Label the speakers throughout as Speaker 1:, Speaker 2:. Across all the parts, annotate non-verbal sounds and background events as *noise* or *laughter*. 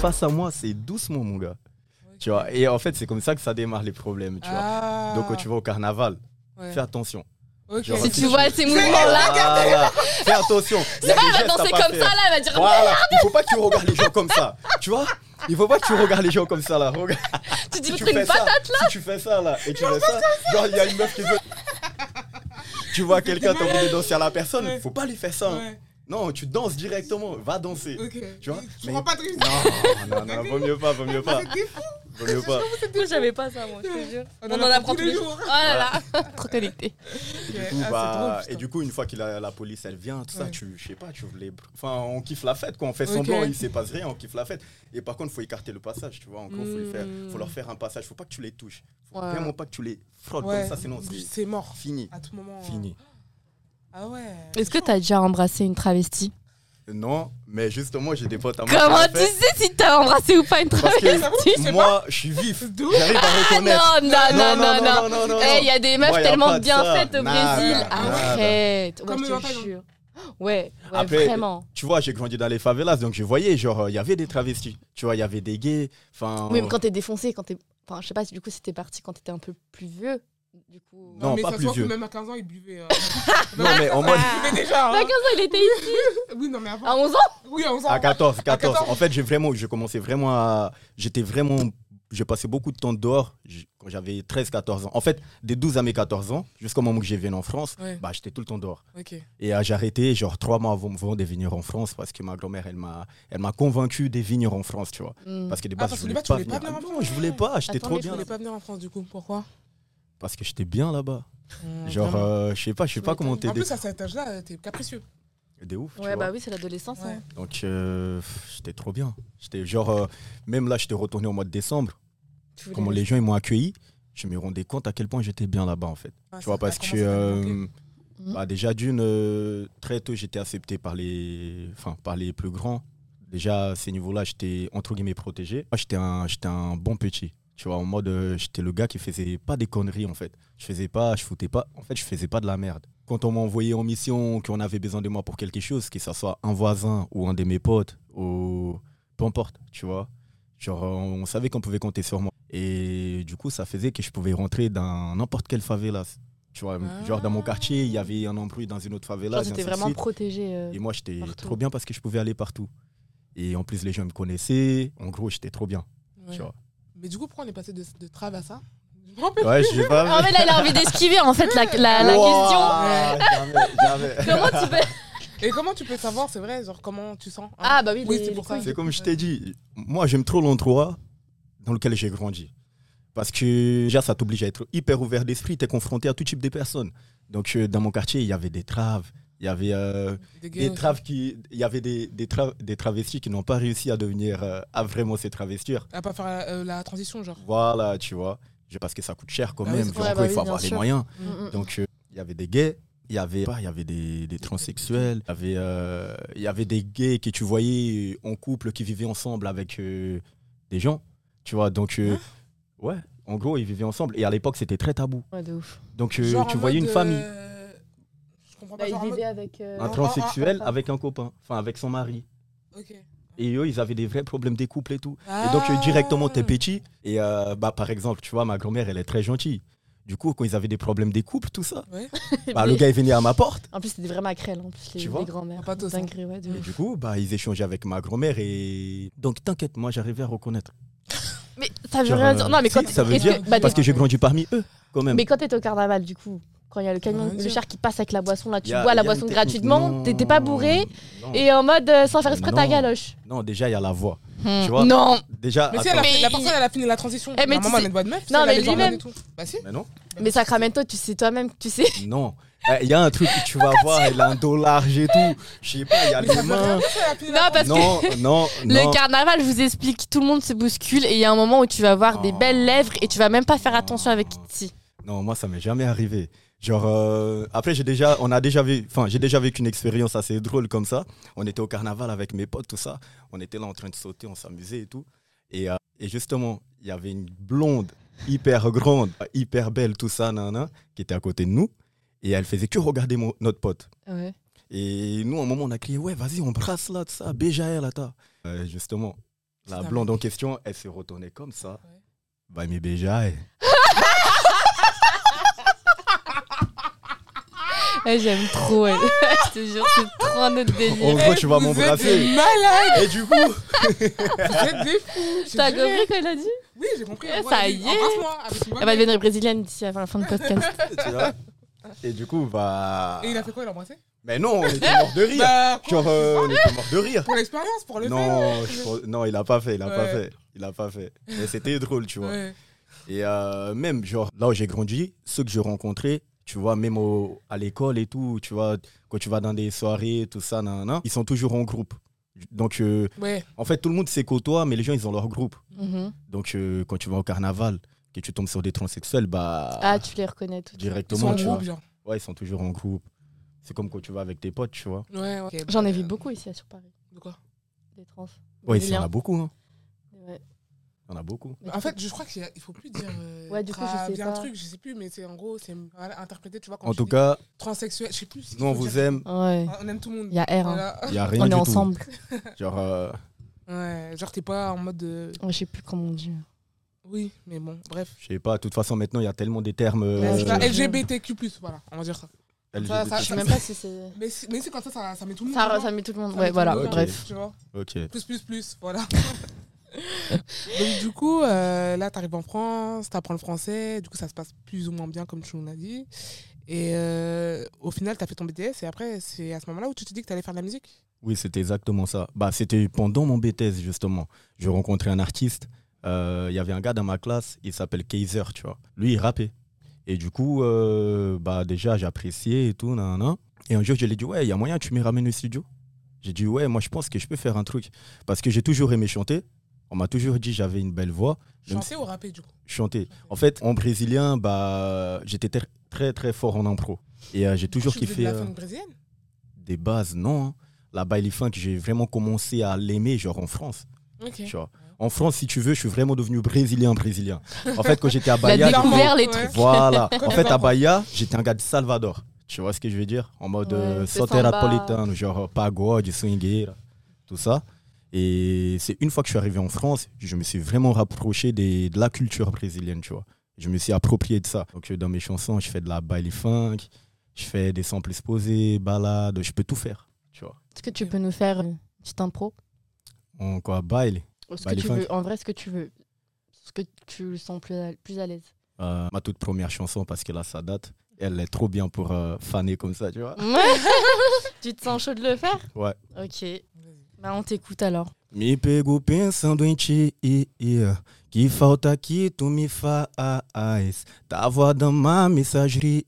Speaker 1: face à moi, c'est doucement, mon gars. Tu vois, et en fait, c'est comme ça que ça démarre les problèmes, tu vois.
Speaker 2: Ah.
Speaker 1: Donc, quand tu vas au carnaval, fais attention.
Speaker 2: Ok.
Speaker 1: genre,
Speaker 3: Si
Speaker 1: si
Speaker 3: tu vois ces mouvements-là,
Speaker 1: Voilà, fais attention. Il y
Speaker 3: c'est
Speaker 1: a
Speaker 3: pas,
Speaker 1: des
Speaker 3: elle va
Speaker 1: gestes à
Speaker 3: danser
Speaker 1: pas
Speaker 3: comme
Speaker 1: faire.
Speaker 3: ça là, elle va dire
Speaker 1: Voilà, il faut pas que tu regardes les gens comme ça. Tu vois Il faut pas que tu regardes les gens comme ça là. Regarde,
Speaker 3: Tu dis
Speaker 1: si tu
Speaker 3: peut-être
Speaker 1: fais
Speaker 3: une
Speaker 1: ça,
Speaker 3: patate.
Speaker 1: si tu fais ça là et tu fais ça, genre il y a une meuf qui veut. Tu vois quelqu'un, t'as envie de danser à la personne,
Speaker 2: Ouais.
Speaker 1: faut pas lui faire ça. hein.
Speaker 2: Ouais.
Speaker 1: Non, tu danses directement, va danser.
Speaker 2: Ok.
Speaker 1: Tu vois
Speaker 2: Je
Speaker 1: Mais-
Speaker 2: prends pas de risque.
Speaker 1: Non, non, non, vaut mieux pas, vaut mieux pas,
Speaker 2: C'est des fous.
Speaker 1: vaut mieux pas.
Speaker 3: Moi j'avais pas ça, moi, je te *laughs* jure. On, en apprend tous les jours.
Speaker 2: jours.
Speaker 3: Oh là là, trop connecté.
Speaker 1: Et du
Speaker 2: Ok.
Speaker 1: coup,
Speaker 2: Ah, c'est
Speaker 1: bah,
Speaker 2: drôle, putain.
Speaker 1: et du coup, une fois que la, la police elle vient, tout ça,
Speaker 2: Ouais.
Speaker 1: tu, je sais pas, tu les, enfin, on kiffe la fête, quoi. On fait
Speaker 2: Ok.
Speaker 1: semblant, il se passe rien, on kiffe la fête. Et par contre, faut écarter le passage, tu vois. Encore, faut, les faire,
Speaker 3: Mm.
Speaker 1: faut leur faire un passage, faut pas que tu les touches, faut
Speaker 3: Ouais.
Speaker 1: vraiment pas que tu les frottes
Speaker 2: Ouais.
Speaker 1: comme Oh, ça, sinon c'est
Speaker 2: C'est mort.
Speaker 1: fini,
Speaker 2: À tout moment. hein.
Speaker 1: fini.
Speaker 2: Ah ouais.
Speaker 3: Est-ce que t'as déjà embrassé une travestie
Speaker 1: Non, mais justement, j'ai des potes à moi. qui
Speaker 3: Comment
Speaker 1: l'ont
Speaker 3: tu
Speaker 1: fait,
Speaker 3: sais si t'as embrassé ou pas une
Speaker 1: Parce
Speaker 3: travestie
Speaker 1: que
Speaker 2: Je sais
Speaker 1: moi, je suis vif,
Speaker 2: C'est doux.
Speaker 1: j'arrive à reconnaître.
Speaker 3: Ah non, non, non, non, non.
Speaker 1: non, non,
Speaker 3: Eh, il y a des meufs
Speaker 1: Moi, y a pas
Speaker 3: tellement
Speaker 1: de
Speaker 3: bien
Speaker 1: ça.
Speaker 3: faites au
Speaker 1: Nada,
Speaker 3: Brésil.
Speaker 1: nada.
Speaker 3: Arrête, ouais,
Speaker 2: Comme hein.
Speaker 3: je
Speaker 2: le
Speaker 3: te
Speaker 2: mental.
Speaker 3: jure. Ouais, ouais,
Speaker 1: Après,
Speaker 3: vraiment.
Speaker 1: Tu vois, j'ai grandi dans les favelas, donc je voyais, genre, euh, il y avait des travestis, tu vois, il y avait des gays, enfin.
Speaker 3: Oui, mais quand t'es défoncé, quand t'es. Enfin, je sais pas, du coup, si t'es parti quand t'étais un peu plus vieux, du coup.
Speaker 1: Non,
Speaker 2: mais
Speaker 1: pas
Speaker 2: ça se
Speaker 1: plus
Speaker 2: voit que
Speaker 1: vieux.
Speaker 2: même à 15 ans, il buvait. euh,
Speaker 1: *laughs* Non, mais en mode.
Speaker 2: il buvait déjà.
Speaker 3: À
Speaker 2: hein.
Speaker 3: 15 ans, il était ici.
Speaker 2: Oui, non, mais avant.
Speaker 3: À 11 ans
Speaker 2: Oui, à 11 ans.
Speaker 1: À 14, 14.
Speaker 2: 14.
Speaker 1: En fait, j'ai vraiment, je commençais vraiment à. J'étais vraiment. J'ai passé beaucoup de temps dehors j- quand j'avais 13, 14 ans. En fait, des 12 à mes 14 ans, jusqu'au moment que j'ai venu en France,
Speaker 2: Ouais.
Speaker 1: bah, j'étais tout le temps dehors.
Speaker 2: Ok.
Speaker 1: Et euh, j'ai arrêté, genre, trois mois avant, avant de venir en France, parce que ma grand-mère, elle m'a elle m'a convaincu de venir en France, tu vois.
Speaker 3: Hmm.
Speaker 1: Parce que de
Speaker 2: Ah,
Speaker 1: base,
Speaker 2: parce
Speaker 1: je
Speaker 2: que
Speaker 1: voulais
Speaker 2: de base, tu
Speaker 1: pas
Speaker 2: voulais pas
Speaker 1: venir.
Speaker 2: venir en
Speaker 1: non, je voulais pas, j'étais
Speaker 3: Attends,
Speaker 1: trop
Speaker 3: mais
Speaker 2: Je
Speaker 1: bien.
Speaker 2: voulais
Speaker 1: là-bas.
Speaker 2: pas venir en France du coup. Pourquoi
Speaker 1: Parce que j'étais bien là-bas.
Speaker 2: Ah,
Speaker 1: Genre, euh, je sais pas, je sais pas comment t'es.
Speaker 2: En
Speaker 1: Des...
Speaker 2: plus, à cet âge-là, euh, t'es capricieux.
Speaker 1: des ouf. tu
Speaker 3: Ouais,
Speaker 1: vois.
Speaker 3: bah oui, c'est l'adolescence.
Speaker 2: Ouais.
Speaker 3: hein.
Speaker 1: Donc, euh, pff, j'étais trop bien. J'étais genre, euh, même là, j'étais retourné au mois de décembre.
Speaker 3: Tu voulais-
Speaker 1: comment les gens ils m'ont accueilli, je me rendais compte à quel point j'étais bien là-bas en fait.
Speaker 2: Ah,
Speaker 1: tu
Speaker 2: ça
Speaker 1: vois,
Speaker 2: t'a
Speaker 1: parce que
Speaker 2: commencé à te manquer. Mmh.
Speaker 1: euh,
Speaker 3: Mhm.
Speaker 1: bah, déjà d'une, euh, très tôt j'étais accepté par les, enfin, par les plus grands. Déjà à ces niveaux-là, j'étais entre guillemets protégé. Moi, j'étais un, j'étais un bon petit. Tu vois, en mode, euh, j'étais le gars qui faisait pas des conneries en fait. Je faisais pas, je foutais pas. En fait, je faisais pas de la merde. Quand on m'envoyait en mission, qu'on avait besoin de moi pour quelque chose, que ce soit un voisin ou un de mes potes, ou peu importe, tu vois. Genre, on savait qu'on pouvait compter sur moi. Et du coup, ça faisait que je pouvais rentrer dans n'importe quelle favela. Tu vois,
Speaker 2: Ah.
Speaker 1: genre dans mon quartier, il y avait un embrouille dans une autre favela.
Speaker 3: Genre,
Speaker 1: et ainsi
Speaker 3: t'étais
Speaker 1: de
Speaker 3: vraiment
Speaker 1: suite.
Speaker 3: protégé. euh.
Speaker 1: Et moi, j'étais
Speaker 3: partout.
Speaker 1: trop bien parce que je pouvais aller partout. Et en plus, les gens me connaissaient. En gros, j'étais trop bien.
Speaker 2: Ouais.
Speaker 1: Tu vois.
Speaker 2: Mais du coup, pourquoi on est passé de, de Trav à ça Je me rappelle.
Speaker 1: Ouais, j'ai pas.
Speaker 3: Ah, mais là, elle a envie d'esquiver en fait la, la, Ah, la question. Comment tu peux.
Speaker 2: Et comment tu peux savoir, c'est vrai, genre comment tu sens hein
Speaker 3: Ah, bah oui,
Speaker 2: Oui,
Speaker 3: les-
Speaker 2: c'est
Speaker 3: les
Speaker 2: pour
Speaker 1: *laughs*
Speaker 2: ça.
Speaker 1: C'est comme je t'ai dit, moi j'aime trop l'endroit dans lequel j'ai grandi. Parce que déjà, ça t'oblige à être hyper ouvert d'esprit, t'es confronté à tout type de personnes. Donc euh, dans mon quartier, il y avait des traves, il y avait euh,
Speaker 2: Des gays
Speaker 1: des
Speaker 2: aussi.
Speaker 1: traves qui, il y avait des, des, tra- des travestis qui n'ont pas réussi à devenir euh, à vraiment se travestir.
Speaker 2: À pas faire euh, la transition, genre.
Speaker 1: Voilà, tu vois, Je- parce que ça coûte cher quand
Speaker 2: Bah oui,
Speaker 1: même.
Speaker 2: c'est
Speaker 1: genre,
Speaker 3: vrai, bah
Speaker 1: il
Speaker 3: oui,
Speaker 1: faut avoir
Speaker 3: bien
Speaker 1: les
Speaker 3: sûr.
Speaker 1: moyens.
Speaker 3: Mm, mm.
Speaker 1: Donc euh, il y avait des gays, il y avait pas, il y avait des, des transsexuels, il y avait euh, il y avait des gays que tu voyais en couple qui vivaient ensemble avec euh, des gens, tu vois. Donc euh, ouais, en gros ils vivaient ensemble et à l'époque c'était très tabou.
Speaker 3: Ouais, de ouf.
Speaker 1: Donc euh,
Speaker 2: Genre en
Speaker 1: tu voyais
Speaker 2: mode,
Speaker 1: une famille,
Speaker 2: euh, Je comprends
Speaker 3: Bah,
Speaker 2: pas.
Speaker 3: il
Speaker 2: genre en
Speaker 3: vivait
Speaker 2: mode...
Speaker 3: avec. euh,
Speaker 1: un
Speaker 3: *laughs*
Speaker 2: ah,
Speaker 1: transsexuel
Speaker 3: ah, ah.
Speaker 1: avec un copain, enfin avec son mari.
Speaker 2: Ok.
Speaker 1: Et eux ils avaient des vrais problèmes des couples et tout. Et donc, euh,
Speaker 2: Ah.
Speaker 1: directement, t'es petit. Et euh, bah, par exemple, tu vois, ma grand-mère, elle est très gentille. Du coup, quand ils avaient des problèmes des couples, tout
Speaker 2: Ah.
Speaker 1: ça, bah, le
Speaker 3: Mais-
Speaker 1: gars est venu à ma porte.
Speaker 3: En plus, c'était vraiment crêle, en plus, les,
Speaker 1: Tu vois
Speaker 3: les grands-mères.
Speaker 2: Un pathos, hein.
Speaker 3: Dinguerie, ouais, de
Speaker 1: Et
Speaker 3: ouf.
Speaker 1: du coup, bah, ils échangeaient avec ma grand-mère. Et donc, t'inquiète, moi, j'arrivais à reconnaître.
Speaker 3: Mais ça veut
Speaker 1: Genre, euh,
Speaker 3: rien dire. Non, mais
Speaker 1: si,
Speaker 3: quand.
Speaker 1: ça veut
Speaker 3: est-ce que-
Speaker 1: dire-
Speaker 3: bah,
Speaker 1: Parce
Speaker 3: t'es-
Speaker 1: que j'ai grandi parmi eux, quand même.
Speaker 3: Mais quand t'étais au carnaval, du coup, quand il y a le camion,
Speaker 2: Rien
Speaker 3: le
Speaker 2: dire.
Speaker 3: char qui passe avec la boisson, là, tu
Speaker 1: Y a-
Speaker 3: bois la
Speaker 1: y a une
Speaker 3: boisson
Speaker 1: technique.
Speaker 3: gratuitement,
Speaker 1: Non,
Speaker 3: t'étais pas bourré,
Speaker 1: non.
Speaker 3: et en mode euh, sans faire exprès ta
Speaker 1: Non.
Speaker 3: galoche.
Speaker 1: Non, déjà, il y a la voix.
Speaker 3: Hmm.
Speaker 1: vois
Speaker 3: Non,
Speaker 1: Déjà,
Speaker 2: Mais si,
Speaker 1: attends.
Speaker 2: elle a
Speaker 3: Mais
Speaker 2: fait- la
Speaker 3: il-
Speaker 2: personne, elle a fini la transition.
Speaker 3: Eh, mais
Speaker 2: Normalement,
Speaker 3: tu
Speaker 2: elle est de bonne meuf. elle
Speaker 3: Non,
Speaker 2: a
Speaker 3: mais
Speaker 2: les hormones
Speaker 3: lui-même-
Speaker 2: et tout. Bah, si.
Speaker 1: Mais non,
Speaker 3: mais Sacramento, tu sais toi-même, tu sais.
Speaker 1: non. Eh, Il y a un truc, que tu vas voir, il a un dos large et tout. Je sais pas, il y a
Speaker 2: Mais
Speaker 1: les
Speaker 2: ça veut rien
Speaker 1: mains.
Speaker 2: dire, elle a fini la
Speaker 3: Non, parce que
Speaker 1: Non, non, non.
Speaker 3: *laughs* le carnaval, je vous explique, tout le monde se bouscule, et il y a un moment où tu vas voir des
Speaker 1: Oh.
Speaker 3: belles lèvres, et tu vas même pas faire attention avec
Speaker 1: Oh.
Speaker 3: qui.
Speaker 1: Non, moi, ça m'est jamais arrivé. Genre, euh, après, j'ai déjà, on a déjà vu, enfin, j'ai déjà vécu une expérience assez drôle comme ça. On était au carnaval avec mes potes, tout ça. On était là en train de sauter, on s'amusait et tout. Et, euh, et justement, il y avait une blonde hyper grande, hyper belle, tout ça, nana, qui était à côté de nous. Et elle faisait que regarder mon- notre pote.
Speaker 3: Ouais.
Speaker 1: Et nous, à un moment, on a crié, ouais, vas-y, on brasse là, tout ça, BJR, là, t'as. Euh, justement, La blonde en question, elle s'est retournée comme ça. Bah, mais déjà. elle-
Speaker 3: Ouais, J'aime trop, elle. *laughs* je te jure, c'est trop un autre
Speaker 1: En
Speaker 3: délire.
Speaker 1: gros, tu vas
Speaker 2: Vous êtes des
Speaker 1: m'embrasser.
Speaker 2: malades,
Speaker 1: Et du coup,
Speaker 2: vous êtes des
Speaker 3: *laughs*
Speaker 2: fous. je
Speaker 3: T'as
Speaker 2: te jure.
Speaker 3: compris quoi, elle a dit
Speaker 2: Oui, j'ai compris.
Speaker 3: Eh,
Speaker 2: Ouais,
Speaker 3: ça
Speaker 2: vas-y,
Speaker 3: y est. Eh, bah,
Speaker 2: Embrasse-moi avec une bonne
Speaker 3: Elle va
Speaker 2: main.
Speaker 3: devenir brésilienne d'ici à la fin de podcast.
Speaker 1: *laughs* tu vois. Et du coup, bah.
Speaker 2: Et il a fait quoi Il l'a embrassé
Speaker 1: Mais non, on était mort de
Speaker 2: *laughs*
Speaker 1: rire.
Speaker 2: Bah, quoi,
Speaker 1: Genre, euh, on était mort de rire.
Speaker 2: Pour l'expérience, pour le faire.
Speaker 1: Non, je pense- non, il a pas fait, il a pas
Speaker 2: Ouais.
Speaker 1: fait, il a pas fait. Mais c'était drôle, tu vois.
Speaker 2: Ouais.
Speaker 1: Et euh, même genre là où j'ai grandi, ceux que j'ai rencontrés, tu vois, même au- à l'école et tout, tu vois, quand tu vas dans des soirées, tout ça, nan, nan, ils sont toujours en groupe. Donc euh,
Speaker 2: Ouais.
Speaker 1: en fait, tout le monde se côtoie, mais les gens ils ont leur groupe.
Speaker 3: *laughs* Mhm.
Speaker 1: Donc euh, quand tu vas au carnaval, que tu tombes sur des transsexuels, bah
Speaker 3: Ah, tu les reconnais tout de suite.
Speaker 2: Ils sont
Speaker 1: directement,
Speaker 2: en
Speaker 1: tu vois.
Speaker 2: groupe, genre.
Speaker 1: Ouais, ils sont toujours en groupe. C'est comme quand tu vas avec tes potes, tu vois.
Speaker 2: Ouais, ok.
Speaker 3: J'en ai vu beaucoup ici à sur Paris,
Speaker 2: De quoi
Speaker 3: des trans.
Speaker 1: Ouais, il y en
Speaker 3: Brésiliens.
Speaker 1: a beaucoup, hein.
Speaker 3: Ouais.
Speaker 1: Il y en a beaucoup.
Speaker 3: Mais
Speaker 2: En fait, je crois qu'il y a- il faut plus dire. euh,
Speaker 3: Ouais, du coup, je
Speaker 2: tra-
Speaker 3: sais
Speaker 2: bien
Speaker 3: pas.
Speaker 2: un truc, je sais plus, mais c'est en gros, c'est voilà, interprété, tu vois. Quand
Speaker 1: En
Speaker 2: tu
Speaker 1: tout
Speaker 2: dis
Speaker 1: cas,
Speaker 2: Transsexuel, je sais plus. ce qu'il
Speaker 1: nous on
Speaker 2: faut
Speaker 1: vous
Speaker 2: dire.
Speaker 1: aime.
Speaker 3: Ouais.
Speaker 2: On aime tout le monde.
Speaker 3: Il y a R, hein.
Speaker 2: Voilà. *laughs*
Speaker 1: Il y a rien
Speaker 3: on
Speaker 1: du
Speaker 3: est
Speaker 1: tout.
Speaker 3: ensemble.
Speaker 1: Genre, euh,
Speaker 2: Ouais, genre t'es pas en mode. euh,
Speaker 3: Oh, je sais plus comment on dit.
Speaker 2: Oui, mais bon, bref.
Speaker 1: je sais pas. De toute façon, maintenant, il y a tellement des termes.
Speaker 3: Ouais,
Speaker 1: euh,
Speaker 3: c'est
Speaker 2: Voilà,
Speaker 3: ça.
Speaker 2: LGBTQ, voilà, on va dire ça. ça, ça-
Speaker 3: Je sais
Speaker 1: LGBT.
Speaker 3: même pas si c'est.
Speaker 2: Mais si, mais si comme ça, ça, ça met tout le monde.
Speaker 3: Ça,
Speaker 2: dedans.
Speaker 3: ça met tout le monde.
Speaker 2: Ça met
Speaker 3: Ouais,
Speaker 2: tout
Speaker 3: voilà,
Speaker 2: le monde
Speaker 3: bref.
Speaker 2: dedans, Tu vois
Speaker 1: Ok.
Speaker 2: Plus, plus, plus, voilà. *laughs* Donc, du coup, euh, là, t'arrives en France, t'apprends le français, du coup, ça se passe plus ou moins bien, comme tu nous l'as dit. Et euh, au final, t'as fait ton BTS, et après, c'est à ce moment-là où tu te dis que t'allais faire de la musique
Speaker 1: Oui, c'était exactement ça. Bah, c'était pendant mon BTS, justement. Je rencontrais un artiste. Euh, Il y avait un gars dans ma classe, il s'appelle Kaiser, tu vois. Lui, il rappait. Et du coup, euh, bah, déjà, j'appréciais et tout. nan, nan. Et un jour, je lui ai dit, ouais, il y a moyen, tu me ramènes au studio J'ai dit, ouais, moi, je pense que je peux faire un truc. Parce que j'ai toujours aimé chanter. On m'a toujours dit, j'avais une belle voix. Même
Speaker 2: Chanter ou rapper, du coup
Speaker 1: chanter. En fait, en brésilien, bah, j'étais ter- très très fort en impro. Et euh, j'ai toujours
Speaker 2: Tu faisais
Speaker 1: kiffé
Speaker 2: de la
Speaker 1: euh,
Speaker 2: funk
Speaker 1: *laughs*
Speaker 2: brésilienne
Speaker 1: des bases, non hein. La baile funk, j'ai vraiment commencé à l'aimer, genre en France.
Speaker 2: Ok.
Speaker 1: Tu vois. En France, si tu veux, je suis vraiment devenu brésilien, brésilien. En fait, quand j'étais à
Speaker 3: La
Speaker 1: Bahia,
Speaker 2: découverte.
Speaker 3: découvert les
Speaker 2: Ouais.
Speaker 3: trucs. *laughs*
Speaker 1: voilà. En
Speaker 2: Comme
Speaker 1: fait,
Speaker 2: les
Speaker 1: à Bahia, j'étais un gars de Salvador. Tu vois ce que je veux dire En mode
Speaker 3: Ouais,
Speaker 1: euh,
Speaker 3: c'est
Speaker 1: sotera
Speaker 3: samba.
Speaker 1: politano, genre euh, pagode, swingueira, tout ça. Et c'est une fois que je suis arrivé en France, je me suis vraiment rapproché des- de la culture brésilienne, tu vois. Je me suis approprié de ça. Donc euh, dans mes chansons, je fais de la baile funk, je fais des samples posés, balades, je peux tout faire, tu vois.
Speaker 3: Est-ce que tu peux nous faire euh, une petite impro
Speaker 1: En quoi baile
Speaker 3: Ce
Speaker 1: Bah,
Speaker 3: que
Speaker 1: les
Speaker 3: tu
Speaker 1: funk.
Speaker 3: veux, en vrai, ce que tu veux. Ce que tu sens plus à, plus à l'aise.
Speaker 1: Euh, ma toute première chanson parce que là ça date. Elle est trop bien pour euh, faner comme ça, tu vois.
Speaker 3: *laughs* tu te sens chaud de le faire
Speaker 1: Ouais.
Speaker 3: Ok.
Speaker 2: Vas-y.
Speaker 3: Bah, on t'écoute alors.
Speaker 1: Me pego pensando em ti, que falta que tu me faz. Tava a dar uma mensageria,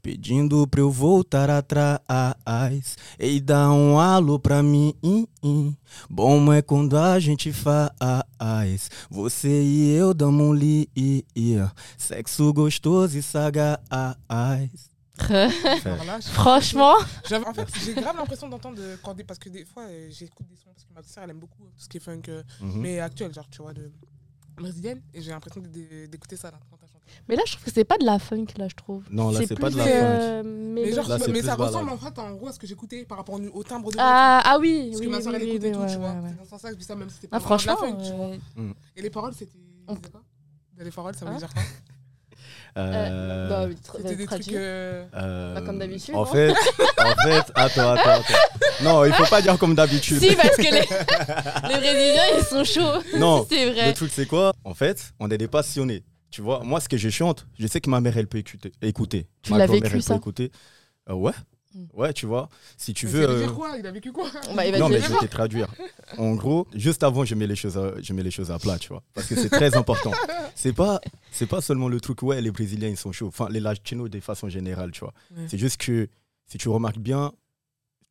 Speaker 1: pedindo pra eu voltar atrás. E dá um alô pra mim. Bom é quando a gente faz. Você e eu damos um li, sexo gostoso e sagaz.
Speaker 2: Alors là, je-
Speaker 3: *laughs* Franchement,
Speaker 2: J'avais- en fait, j'ai grave l'impression d'entendre euh, quand des- parce que des fois euh, j'écoute des sons parce que ma sœur elle aime beaucoup tout ce qui est funk euh,
Speaker 1: Mm.
Speaker 2: mais actuel genre tu vois de brésilienne et j'ai l'impression de- de- d'écouter ça là quand t'as chanté.
Speaker 3: Mais là, je trouve que c'est pas de la funk, là, je trouve.
Speaker 1: Non, là, c'est pas
Speaker 3: plus
Speaker 1: de la
Speaker 3: des,
Speaker 1: funk.
Speaker 3: euh,
Speaker 2: Mais
Speaker 3: mélodies.
Speaker 2: genre
Speaker 1: Là, c'est
Speaker 2: mais
Speaker 1: plus
Speaker 2: ça
Speaker 1: balade.
Speaker 2: ressemble en fait en gros à ce que j'écoutais par rapport au au timbre de voix,
Speaker 3: ah, ah oui,
Speaker 2: parce
Speaker 3: oui,
Speaker 2: que ma
Speaker 3: oui,
Speaker 2: sœur elle
Speaker 3: oui,
Speaker 2: écoutait
Speaker 3: oui,
Speaker 2: tout
Speaker 3: ouais,
Speaker 2: tu vois
Speaker 3: ouais, ouais.
Speaker 2: c'est dans ce sens là que je dis ça même si c'était pas
Speaker 3: Ah,
Speaker 2: vraiment de la
Speaker 3: franchement,
Speaker 2: funk, tu vois.
Speaker 3: euh,
Speaker 2: et les paroles c'était
Speaker 3: On-
Speaker 2: c'était quoi Dans les paroles ça
Speaker 3: Hein
Speaker 2: voulait dire quoi
Speaker 1: Euh,
Speaker 3: bah, tra-
Speaker 2: c'était des trucs
Speaker 3: traduit.
Speaker 2: euh,
Speaker 1: Euh,
Speaker 3: Bah, comme d'habitude,
Speaker 1: En
Speaker 3: non
Speaker 1: fait, en fait, attends, attends, attends. Non, il faut pas dire comme d'habitude.
Speaker 3: *laughs* Si, bah, parce que les,
Speaker 1: *laughs*
Speaker 3: les Brésiliens, ils sont chauds. *laughs*
Speaker 1: Non,
Speaker 3: c'est
Speaker 1: Le
Speaker 3: vrai.
Speaker 1: truc, c'est quoi En fait, on est des passionnés. Tu vois, moi, ce que je chante, je sais que ma mère, elle peut écouter. écouter.
Speaker 3: Tu
Speaker 1: ma
Speaker 3: l'as
Speaker 1: grand-mère,
Speaker 3: vécu,
Speaker 1: elle
Speaker 3: ça
Speaker 1: peut écouter. Euh, ouais.
Speaker 3: Mm.
Speaker 1: Ouais, tu vois, si tu
Speaker 2: mais
Speaker 1: veux.
Speaker 2: ça veut
Speaker 1: euh,
Speaker 2: dire quoi il a vécu quoi
Speaker 3: Bah, il va
Speaker 1: non,
Speaker 3: dire-
Speaker 1: mais je vais te traduire. En gros, juste avant, je mets les choses à, je mets les choses à plat, tu vois. Parce que c'est très
Speaker 3: *laughs*
Speaker 1: important. C'est pas, c'est pas seulement le truc, ouais, les Brésiliens, ils sont chauds. Enfin, les Latinos, de façon générale, tu vois.
Speaker 2: Ouais.
Speaker 1: C'est juste que, si tu remarques bien,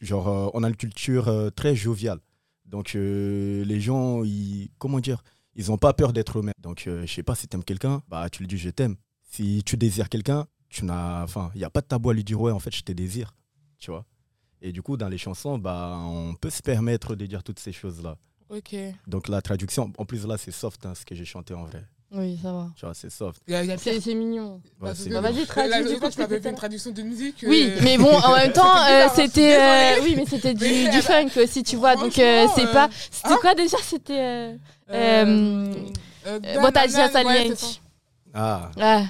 Speaker 1: genre, euh, on a une culture euh, très joviale. Donc, euh, les gens, ils, comment dire, ils ont pas peur d'être eux-mêmes. Donc, euh, je sais pas, si t'aimes quelqu'un, bah, tu lui dis je t'aime. Si tu désires quelqu'un, tu n'as, enfin, il n'y a pas de tabou à lui dire, ouais, en fait, je te désire, tu vois. Et du coup, dans les chansons, bah, on peut se permettre de dire toutes ces choses-là.
Speaker 2: ok
Speaker 1: Donc la traduction, en plus là, c'est soft hein, ce que j'ai chanté en vrai.
Speaker 3: Oui, ça va.
Speaker 1: Tu vois, c'est soft.
Speaker 2: Il y a- il y a pire.
Speaker 3: C'est c'est mignon.
Speaker 1: Ouais, c'est-
Speaker 3: Bah, vas-y, traduis.
Speaker 2: Là,
Speaker 3: du
Speaker 2: je
Speaker 3: coup,
Speaker 2: crois que
Speaker 3: ce
Speaker 2: tu m'avais
Speaker 3: que
Speaker 2: fait une
Speaker 3: c'était.
Speaker 2: traduction de musique.
Speaker 3: Oui,
Speaker 2: euh,
Speaker 3: mais bon, en même temps,
Speaker 2: C'était bizarre,
Speaker 3: euh,
Speaker 2: hein,
Speaker 3: c'était.
Speaker 2: je suis
Speaker 3: euh, oui, mais c'était du,
Speaker 2: Mais
Speaker 3: du
Speaker 2: alors-
Speaker 3: funk aussi, tu vois. Donc, euh, c'est pas. C'était
Speaker 2: hein.
Speaker 3: quoi déjà C'était. euh, euh,
Speaker 2: euh,
Speaker 3: euh, Bota
Speaker 2: Dananana, ouais,
Speaker 3: Italiente.
Speaker 2: c'est ça.
Speaker 1: Ah,
Speaker 3: Ah.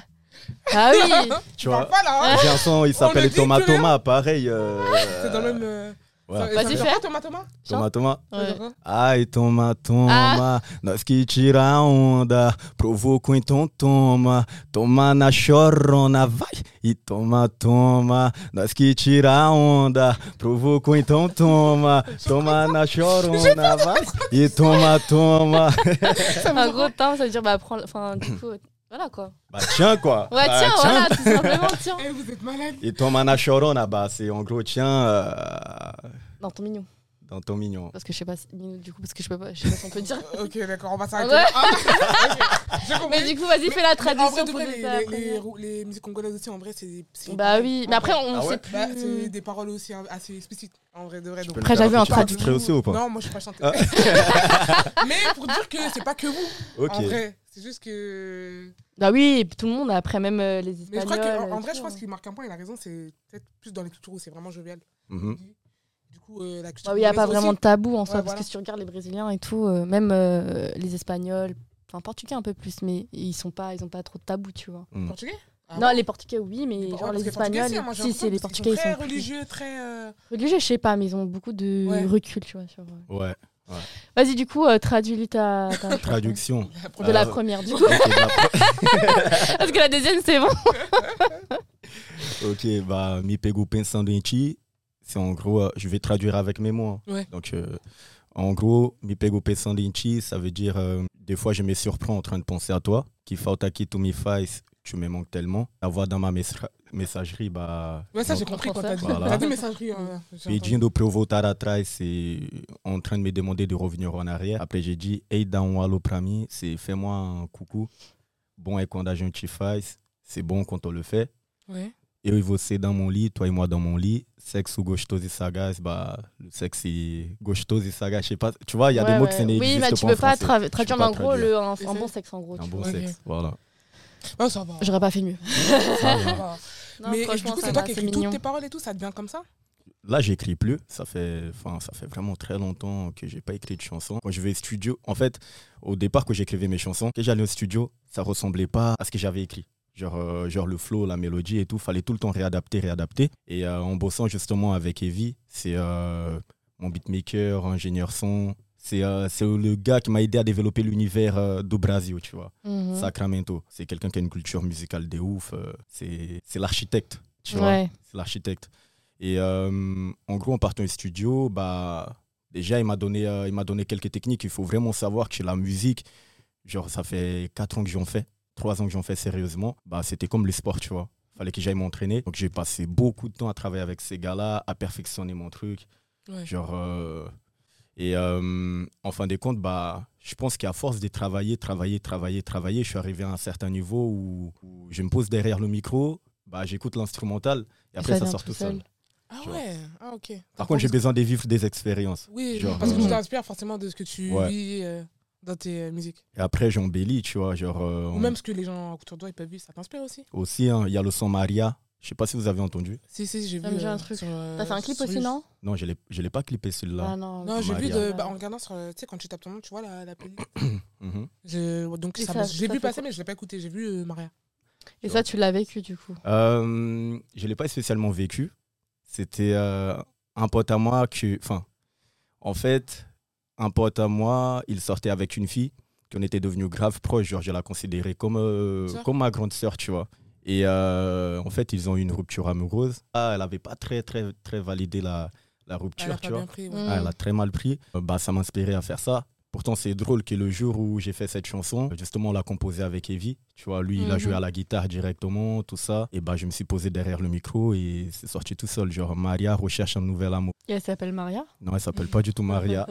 Speaker 3: Ah
Speaker 2: *laughs*
Speaker 3: oui
Speaker 1: tu
Speaker 2: Parle
Speaker 1: vois,
Speaker 2: pas là, hein.
Speaker 1: j'ai un son, il
Speaker 2: On ne
Speaker 1: s'appelle
Speaker 2: dit
Speaker 1: Thomas
Speaker 2: plus rien.
Speaker 1: Thomas, pareil. euh,
Speaker 2: C'est dans le même. euh,
Speaker 1: voilà.
Speaker 2: ça- ça
Speaker 3: Vas-y,
Speaker 2: me dit
Speaker 3: fais.
Speaker 2: pas, Thomas, Thomas
Speaker 1: Thomas Thomas.
Speaker 3: Ouais.
Speaker 1: Ai, toma, toma, nós que tira a onda, provoco então toma, toma na chorona, vai e toma, toma, nós que tira a onda, provoco então toma, toma na chorona, vai e toma, toma.
Speaker 3: Un gros temps, ça veut dire, bah, prends. Enfin, du coup, voilà quoi.
Speaker 1: Bah tiens quoi.
Speaker 3: Ouais,
Speaker 1: Bah,
Speaker 3: tiens, voilà, tout simplement,
Speaker 2: *laughs*
Speaker 3: tiens.
Speaker 2: Eh, vous êtes malade.
Speaker 1: E toma na chorona, um bah c'est en gros tiens euh,
Speaker 3: Non, ton mignon.
Speaker 1: dans ton mignon.
Speaker 3: Parce que je sais pas, si- mignon, du coup, parce que je peux pas, je sais pas si on
Speaker 2: *laughs*
Speaker 3: peut dire.
Speaker 2: Ok, d'accord, on va s'arrêter.
Speaker 3: Ouais.
Speaker 2: là. Ah, ok, *laughs* J'ai compris.
Speaker 3: Mais du coup, vas-y, fais la
Speaker 2: Mais en vrai,
Speaker 3: traduction
Speaker 2: de
Speaker 3: pour
Speaker 2: vrai,
Speaker 3: que
Speaker 2: les,
Speaker 3: ça
Speaker 2: les, les,
Speaker 3: apprenne.
Speaker 2: rou- les musiques congolaises aussi, en vrai, c'est. c'est-
Speaker 3: Bah oui, mais après, on
Speaker 1: Ah ouais
Speaker 3: sait
Speaker 2: Bah, c'est
Speaker 3: plus.
Speaker 2: des paroles aussi hein, assez explicites, en vrai de vrai.
Speaker 1: Tu
Speaker 2: donc.
Speaker 1: peux le
Speaker 3: Hmm. Après,
Speaker 1: faire
Speaker 3: j'avais un
Speaker 1: petit peu
Speaker 3: traducteur.
Speaker 1: titré aussi ou pas Ah.
Speaker 2: Non, moi je suis pas chanteuse. *laughs* mais pour dire que c'est pas que vous,
Speaker 1: Ok.
Speaker 2: en vrai. C'est juste que.
Speaker 3: Bah oui, tout le monde, après, même euh, les
Speaker 2: Mais je
Speaker 3: Espagnols.
Speaker 2: crois que, en, en
Speaker 3: euh,
Speaker 2: vrai,
Speaker 3: tout,
Speaker 2: je pense
Speaker 3: hein.
Speaker 2: qu'il marque un point, il a raison, c'est peut-être plus dans les cultures où c'est vraiment jovial.
Speaker 1: Mhm.
Speaker 2: Du coup, euh, la culture.
Speaker 3: Bah oui, il n'y a pas
Speaker 2: congolaise
Speaker 3: vraiment de
Speaker 2: aussi.
Speaker 3: tabou en soi,
Speaker 2: Ouais,
Speaker 3: parce
Speaker 2: voilà.
Speaker 3: que si tu regardes les Brésiliens et tout, euh, même euh, les Espagnols, enfin portugais un peu plus, mais ils sont pas, ils ont pas trop de tabou, tu vois.
Speaker 1: Mm.
Speaker 2: Portugais Ah
Speaker 3: non,
Speaker 2: ouais.
Speaker 3: les Portugais oui, mais
Speaker 2: Ouais,
Speaker 3: genre
Speaker 2: parce que
Speaker 3: les
Speaker 2: les Portugais,
Speaker 3: Espagnols,
Speaker 2: si, hein, moi, j'ai
Speaker 3: si c'est les
Speaker 2: l'impression qu'ils
Speaker 3: Portugais, ils
Speaker 2: sont Très
Speaker 3: sont plus-
Speaker 2: religieux, très. euh,
Speaker 3: religieux, je sais pas, mais ils ont beaucoup de
Speaker 2: Ouais.
Speaker 3: recul, tu vois. sur, euh.
Speaker 1: Ouais,
Speaker 3: Vas-y, du coup, euh, traduis-lui ta, ta
Speaker 1: *laughs*
Speaker 3: chanson.
Speaker 1: traduction.
Speaker 2: la
Speaker 3: de
Speaker 2: première-
Speaker 3: la
Speaker 1: Alors-
Speaker 3: première, du coup,
Speaker 1: Ok, bah,
Speaker 3: parce que la deuxième c'est bon.
Speaker 1: Ok, bah, mi pego pensando em ti, c'est en gros, euh, je vais traduire avec mes mots. hein.
Speaker 2: Ouais.
Speaker 1: Donc, euh, en gros, mi pego pensando em ti, ça veut dire, euh, des fois, je me surprends en train de penser à toi. Qui falta que tu me fasses, tu me manques tellement. La voix dans ma mesra- messagerie, bah.
Speaker 2: Ouais, ça j'ai
Speaker 1: donc,
Speaker 2: compris quand t'as dit.
Speaker 1: Voilà.
Speaker 2: T'as dit messagerie. hein, j'ai entendu.
Speaker 1: Pedindo pra eu voltar atrás, c'est en train de me demander de revenir en arrière. Après, j'ai dit, hey, dá um alô pra mim, c'est fais-moi un coucou. Bon é quando a gente faz, c'est bon quand on le fait.
Speaker 2: Ouais.
Speaker 1: eu e você dans mon lit, toi et moi dans mon lit, sexo gostoso et sagace, bah, le sexe est gostoso et sagace, je sais pas, tu vois, il y a
Speaker 3: Ouais,
Speaker 1: des mots
Speaker 3: ouais.
Speaker 1: qui n'existent
Speaker 3: Oui, mais tu
Speaker 1: pas en
Speaker 3: peux
Speaker 1: français.
Speaker 3: pas tra-
Speaker 1: Tu
Speaker 3: traduire,
Speaker 1: peux
Speaker 3: mais
Speaker 1: pas
Speaker 3: en gros,
Speaker 1: traduire.
Speaker 3: le, un, un
Speaker 2: Essaye.
Speaker 3: bon sexe, en gros.
Speaker 1: Un
Speaker 3: tu
Speaker 1: bon
Speaker 3: vois.
Speaker 2: Ok.
Speaker 1: sexe, voilà.
Speaker 2: Ah, ça va.
Speaker 3: J'aurais pas fait mieux.
Speaker 1: Ça,
Speaker 2: Ça
Speaker 1: voilà.
Speaker 2: va.
Speaker 3: Non,
Speaker 2: mais et du
Speaker 3: franchement,
Speaker 2: coup,
Speaker 3: ça
Speaker 2: c'est toi
Speaker 3: va,
Speaker 2: qui
Speaker 3: c'est
Speaker 2: écris toutes
Speaker 3: mignon.
Speaker 2: tes paroles et tout, ça devient comme ça
Speaker 1: Là, j'écris plus, ça fait, enfin, ça fait vraiment très longtemps que j'ai pas écrit de chansons. Quand je vais au studio, en fait, au départ, quand j'écrivais mes chansons, que j'allais au studio, ça ressemblait pas à ce que j'avais écrit. Genre, euh, genre le flow, la mélodie et tout, fallait tout le temps réadapter, réadapter. Et euh, en bossant justement avec Evie, c'est euh, mon beatmaker, ingénieur son. C'est euh, c'est le gars qui m'a aidé à développer l'univers euh, do Brasil, tu vois.
Speaker 3: Mhm.
Speaker 1: Sacramento. C'est quelqu'un qui a une culture musicale de ouf. euh, c'est c'est l'architecte, tu vois.
Speaker 3: Ouais.
Speaker 1: C'est l'architecte. Et euh, en gros, en partant au studio, bah, déjà, il m'a donné, euh, il m'a donné quelques techniques. Il faut vraiment savoir que la musique, genre, ça fait 4 ans que j'en fais, 3 ans que j'en fais sérieusement. Bah, c'était comme le sport, tu vois. Fallait que j'aille m'entraîner. Donc, j'ai passé beaucoup de temps à travailler avec ces gars-là, à perfectionner mon truc.
Speaker 2: Ouais.
Speaker 1: Genre, euh, et euh, en fin de compte, bah, je pense qu'à force de travailler, travailler, travailler, travailler, je suis arrivé à un certain niveau où, où je me pose derrière le micro, bah, j'écoute l'instrumental et
Speaker 3: Et
Speaker 1: après
Speaker 3: ça
Speaker 1: ça,
Speaker 3: vient
Speaker 1: sort
Speaker 3: tout
Speaker 1: tout seul.
Speaker 3: seul.
Speaker 2: Ah
Speaker 1: Tu vois.
Speaker 2: ouais, ah ok.
Speaker 1: Par contre, j'ai besoin de vivre des expériences.
Speaker 2: Oui,
Speaker 1: Genre,
Speaker 2: parce que tu
Speaker 1: euh,
Speaker 2: t'inspires forcément de ce que tu
Speaker 1: Ouais.
Speaker 2: vis euh, dans tes euh, musiques.
Speaker 1: Et après, j'embellis, tu vois. Genre, euh,
Speaker 2: Ou
Speaker 1: on-
Speaker 2: même ce que les gens autour de toi ils peuvent vivre, ça t'inspire aussi.
Speaker 1: Aussi, hein, il y a le son Maria. Je sais pas si vous avez entendu.
Speaker 2: Si, si, j'ai vu.
Speaker 3: Ça me dit
Speaker 2: euh,
Speaker 3: Ah, un truc.
Speaker 2: sur, euh,
Speaker 3: T'as fait un clip
Speaker 2: sur
Speaker 3: aussi,
Speaker 2: YouTube.
Speaker 3: non
Speaker 1: Non, je l'ai- je l'ai pas clippé celui-là.
Speaker 3: Ah non.
Speaker 2: Non, j'ai vu
Speaker 1: Maria.
Speaker 2: de, bah, en regardant sur. euh, Tu sais, quand tu tapes ton nom, tu vois la, la playlist.
Speaker 1: Mhm.
Speaker 2: Je, donc,
Speaker 3: Et
Speaker 2: ça,
Speaker 3: ça-
Speaker 2: je l'ai
Speaker 3: ça
Speaker 2: vu
Speaker 3: fait
Speaker 2: passer,
Speaker 3: quoi
Speaker 2: mais je l'ai pas écouté. J'ai vu euh, Maria.
Speaker 3: Et ça, tu l'as vécu du coup.
Speaker 1: Euh, je l'ai pas spécialement vécu. C'était euh, un pote à moi que, enfin, en fait, un pote à moi, il sortait avec une fille qu'on était devenus grave proches. Genre, je la considérais comme euh,
Speaker 2: Sœur.
Speaker 1: comme ma grande sœur, tu vois. Et euh, en fait, ils ont eu une rupture amoureuse. Ah, elle avait pas très très très validé la la
Speaker 2: Elle a
Speaker 1: rupture,
Speaker 2: pas
Speaker 1: tu vois.
Speaker 2: bien pris. ouais.
Speaker 3: Mm.
Speaker 1: Ah, elle a très mal pris. Euh, Bah, ça m'inspirait à faire ça. Pourtant, c'est drôle que le jour où j'ai fait cette chanson, justement, on l'a composée avec Evie. Tu vois, lui, il a
Speaker 3: Mhm.
Speaker 2: Mm-hmm.
Speaker 1: joué à la guitare directement, tout ça. Et bah, je me suis posé derrière le micro et c'est sorti tout seul. Genre, Maria recherche un nouvel amour.
Speaker 3: Et elle s'appelle Maria.
Speaker 1: Non, elle s'appelle pas du tout
Speaker 2: *laughs*
Speaker 1: Maria.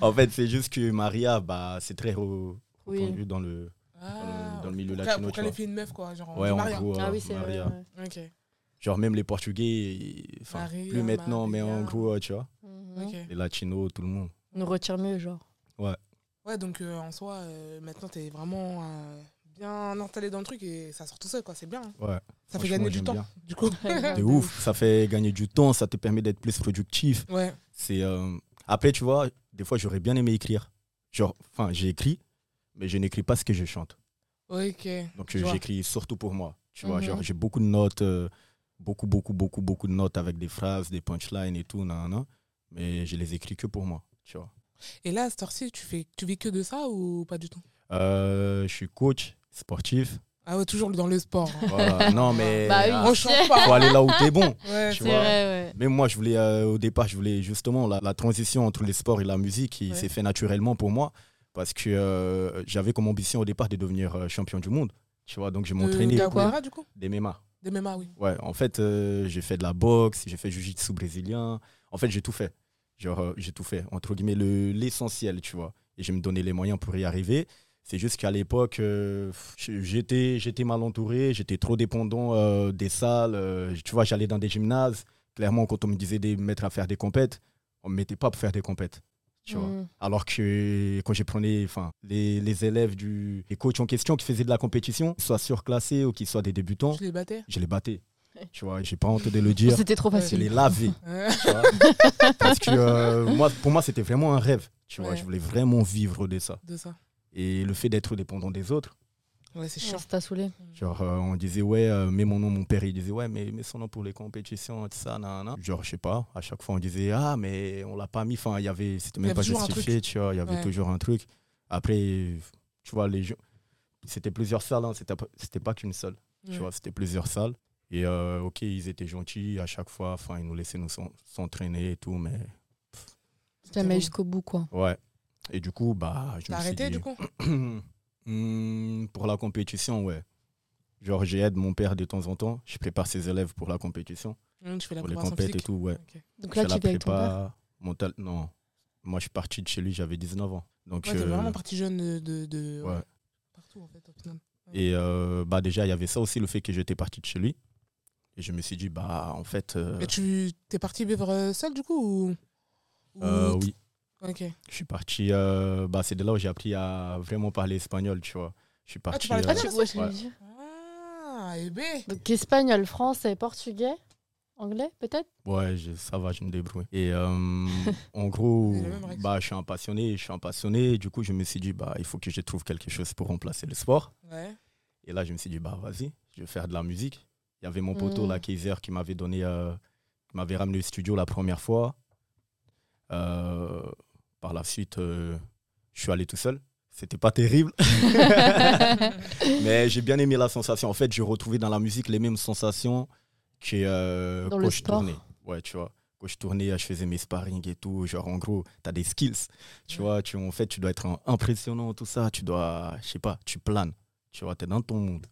Speaker 1: en fait, c'est juste que Maria, bah, c'est très re-
Speaker 3: *laughs* Oui.
Speaker 1: reconnu dans le.
Speaker 2: Ah,
Speaker 1: dans le milieu
Speaker 2: pour-
Speaker 1: latino, tu
Speaker 2: Pour qu'elle ait
Speaker 1: vois.
Speaker 2: fait une meuf, quoi. Genre, on
Speaker 1: Ouais,
Speaker 2: dit
Speaker 1: en
Speaker 2: Maria.
Speaker 1: gros,
Speaker 3: Ah
Speaker 1: euh,
Speaker 3: oui, c'est vrai.
Speaker 1: Maria.
Speaker 3: ouais.
Speaker 2: Ok.
Speaker 1: Genre, même les Portugais, ils- enfin,
Speaker 2: Maria,
Speaker 1: plus maintenant, mais en
Speaker 2: Maria.
Speaker 1: gros, euh, tu vois,
Speaker 3: Mhm.
Speaker 2: Ok.
Speaker 1: les Latinos, tout le monde.
Speaker 3: Nous retire mieux, genre.
Speaker 2: Ouais, donc euh, en soi, euh, maintenant, t'es vraiment euh, bien installé dans le truc et ça sort tout seul, quoi. C'est bien. hein.
Speaker 1: Ouais,
Speaker 2: Ça fait
Speaker 1: Franchement,
Speaker 2: gagner du
Speaker 1: j'aime
Speaker 2: temps,
Speaker 1: bien.
Speaker 2: du
Speaker 3: *laughs*
Speaker 2: coup.
Speaker 3: Ah,
Speaker 1: c'est ouf. Ça fait gagner du temps, ça te permet d'être plus productif.
Speaker 2: ouais,
Speaker 1: C'est euh, après, tu vois, des fois, j'aurais bien aimé écrire. Genre, enfin, j'écris, mais je n'écris pas ce que je chante.
Speaker 2: ok.
Speaker 1: Donc
Speaker 2: Je
Speaker 1: euh,
Speaker 2: vois.
Speaker 1: j'écris surtout pour moi. Tu vois,
Speaker 3: Mhm.
Speaker 1: genre j'ai beaucoup de notes, euh, beaucoup, beaucoup, beaucoup, beaucoup de notes avec des phrases, des punchlines et tout, nan, nan, mais je les écris que pour moi. Tu vois.
Speaker 2: Et là, à cette heure-ci, tu, fais... tu vis que de ça ou pas du tout
Speaker 1: Euh, je suis coach sportif.
Speaker 2: Ah ouais, toujours dans
Speaker 1: *laughs*
Speaker 2: le sport. hein.
Speaker 3: *laughs*
Speaker 1: Voilà. non mais
Speaker 3: Bah oui.
Speaker 1: ah,
Speaker 2: On change pas.
Speaker 1: faut aller là où t'es bon.
Speaker 2: Ouais,
Speaker 1: Tu
Speaker 2: c'est-
Speaker 3: C'est
Speaker 1: vois.
Speaker 3: vrai, ouais.
Speaker 1: Mais moi, je voulais euh, au départ, je voulais justement la, la transition entre les sports et la musique qui
Speaker 3: Ouais.
Speaker 1: s'est fait naturellement pour moi parce que euh, j'avais comme ambition au départ de devenir euh, champion du monde. Tu vois, donc je m'entraînais
Speaker 2: de
Speaker 1: pour
Speaker 2: capoeira, du coup
Speaker 1: des MMA.
Speaker 2: Des MMA, oui.
Speaker 1: Ouais, en fait, euh, j'ai fait de la boxe, j'ai fait jiu-jitsu brésilien. En fait, j'ai tout fait. Genre, euh, j'ai tout fait. Entre guillemets, le- l'essentiel, tu vois. Et je me donnais les moyens pour y arriver. C'est juste qu'à l'époque, euh, pff, j'étais j'étais mal entouré, j'étais trop dépendant euh, des salles. euh, tu vois, j'allais dans des gymnases. Clairement, quand on me disait de me mettre à faire des compètes, on ne me mettait pas pour faire des compètes. Tu vois.
Speaker 3: Mm.
Speaker 1: Alors que quand j'ai prenais enfin, les, les élèves du les coachs en question qui faisaient de la compétition, qu'ils soient surclassés ou qu'ils soient des débutants,
Speaker 2: Je les battais.
Speaker 1: je les battais. Tu vois, j'ai pas honte de le dire.
Speaker 3: Oh, C'était trop
Speaker 2: Ouais.
Speaker 1: Je les
Speaker 3: facile.
Speaker 1: lavais.
Speaker 2: Ouais.
Speaker 1: tu vois. Parce que euh, moi, pour moi, c'était vraiment un rêve. Tu vois,
Speaker 2: Ouais.
Speaker 1: je voulais vraiment vivre de ça.
Speaker 2: *laughs* de ça.
Speaker 1: Et le fait d'être dépendant des autres,
Speaker 2: Ouais, c'est
Speaker 3: Ouais,
Speaker 2: chiant.
Speaker 3: Ça t'a saoulé.
Speaker 1: genre, euh, on disait, ouais, euh, mets mon nom, mon père, il disait, ouais, mais mets son nom pour les compétitions, tout ça, nan, nan. Genre, je sais pas, à chaque fois, on disait, ah, mais on l'a pas mis, enfin, il y avait, c'était
Speaker 2: Il y
Speaker 1: même
Speaker 2: avait
Speaker 1: pas
Speaker 2: toujours un
Speaker 1: justifié, tu vois, il y avait
Speaker 2: Ouais.
Speaker 1: toujours un truc. Après, tu vois, les gens, c'était plusieurs salles, hein, c'était pas- c'était pas qu'une seule.
Speaker 2: Ouais.
Speaker 1: tu vois, c'était plusieurs salles. Et euh, ok, ils étaient gentils à chaque fois, enfin, ils nous laissaient nous s'en- s'entraîner et tout, mais
Speaker 3: Jamais
Speaker 2: drôle.
Speaker 3: jusqu'au bout, quoi.
Speaker 1: ouais. Et du coup, bah, je
Speaker 2: T'as
Speaker 1: me suis
Speaker 2: arrêté,
Speaker 1: dit-
Speaker 2: du coup
Speaker 1: *clears throat* Hmm, Pour la compétition, ouais. Genre, j'aide mon père de temps en temps, je prépare ses élèves pour la compétition,
Speaker 2: Hum, Tu fais la
Speaker 1: pour les
Speaker 2: préparation
Speaker 1: compètes et
Speaker 2: physique
Speaker 1: tout, ouais.
Speaker 2: Ok.
Speaker 3: Donc
Speaker 1: Je
Speaker 3: là,
Speaker 1: fais
Speaker 3: tu
Speaker 1: la
Speaker 3: vis avec ton père.
Speaker 1: prépa euh, mentale, non. Moi, je suis parti de chez lui, j'avais 19 ans. Donc,
Speaker 2: Ouais, t'es
Speaker 1: euh,
Speaker 2: vraiment parti jeune de. de, de-
Speaker 1: Ouais.
Speaker 2: Partout, en fait, au final.
Speaker 1: Et euh, bah, déjà, il y avait ça aussi, le fait que j'étais parti de chez lui. Et je me suis dit, bah, en fait. euh,
Speaker 2: Mais tu t'es parti vivre euh, seul, du coup ou... ou
Speaker 1: euh,
Speaker 2: t-
Speaker 1: oui.
Speaker 2: Ok.
Speaker 1: Je suis parti, euh, bah, c'est de là où j'ai appris à vraiment parler espagnol, tu vois. Je suis parti. euh,
Speaker 2: parlais
Speaker 3: Ah,
Speaker 2: espagnol
Speaker 3: tu
Speaker 2: Ouais.
Speaker 3: vois, je l'ai
Speaker 1: Ouais.
Speaker 3: dit.
Speaker 2: Ah, eh ben.
Speaker 3: Donc espagnol, français, portugais, anglais, peut-être
Speaker 1: ouais, je- ça va, je me débrouille. Et euh, *laughs* en gros,
Speaker 2: Il a la même réaction.
Speaker 1: bah, je suis un passionné, je suis un passionné. Du coup, je me suis dit, bah, il faut que je trouve quelque chose pour remplacer le sport.
Speaker 2: Ouais.
Speaker 1: Et là, je me suis dit, bah, vas-y, je vais faire de la musique. Il y avait mon
Speaker 3: Mm.
Speaker 1: poteau, la Kaiser, qui m'avait donné, euh, qui m'avait ramené au studio la première fois. Euh, par la suite, euh, je suis allé tout seul. C'était pas
Speaker 3: *laughs*
Speaker 1: terrible. Mais j'ai bien aimé la sensation. En fait, j'ai retrouvé dans la musique les mêmes sensations que euh,
Speaker 3: Dans
Speaker 1: quand
Speaker 3: le
Speaker 1: je
Speaker 3: sport.
Speaker 1: tournais. Ouais, tu vois. Quand je tournais, je faisais mes sparring et tout. Genre, en gros, tu as des skills. Tu vois, tu, en fait, tu dois être un- impressionnant, tout ça. Tu dois, je sais pas, tu planes. Tu vois, tu es dans ton monde.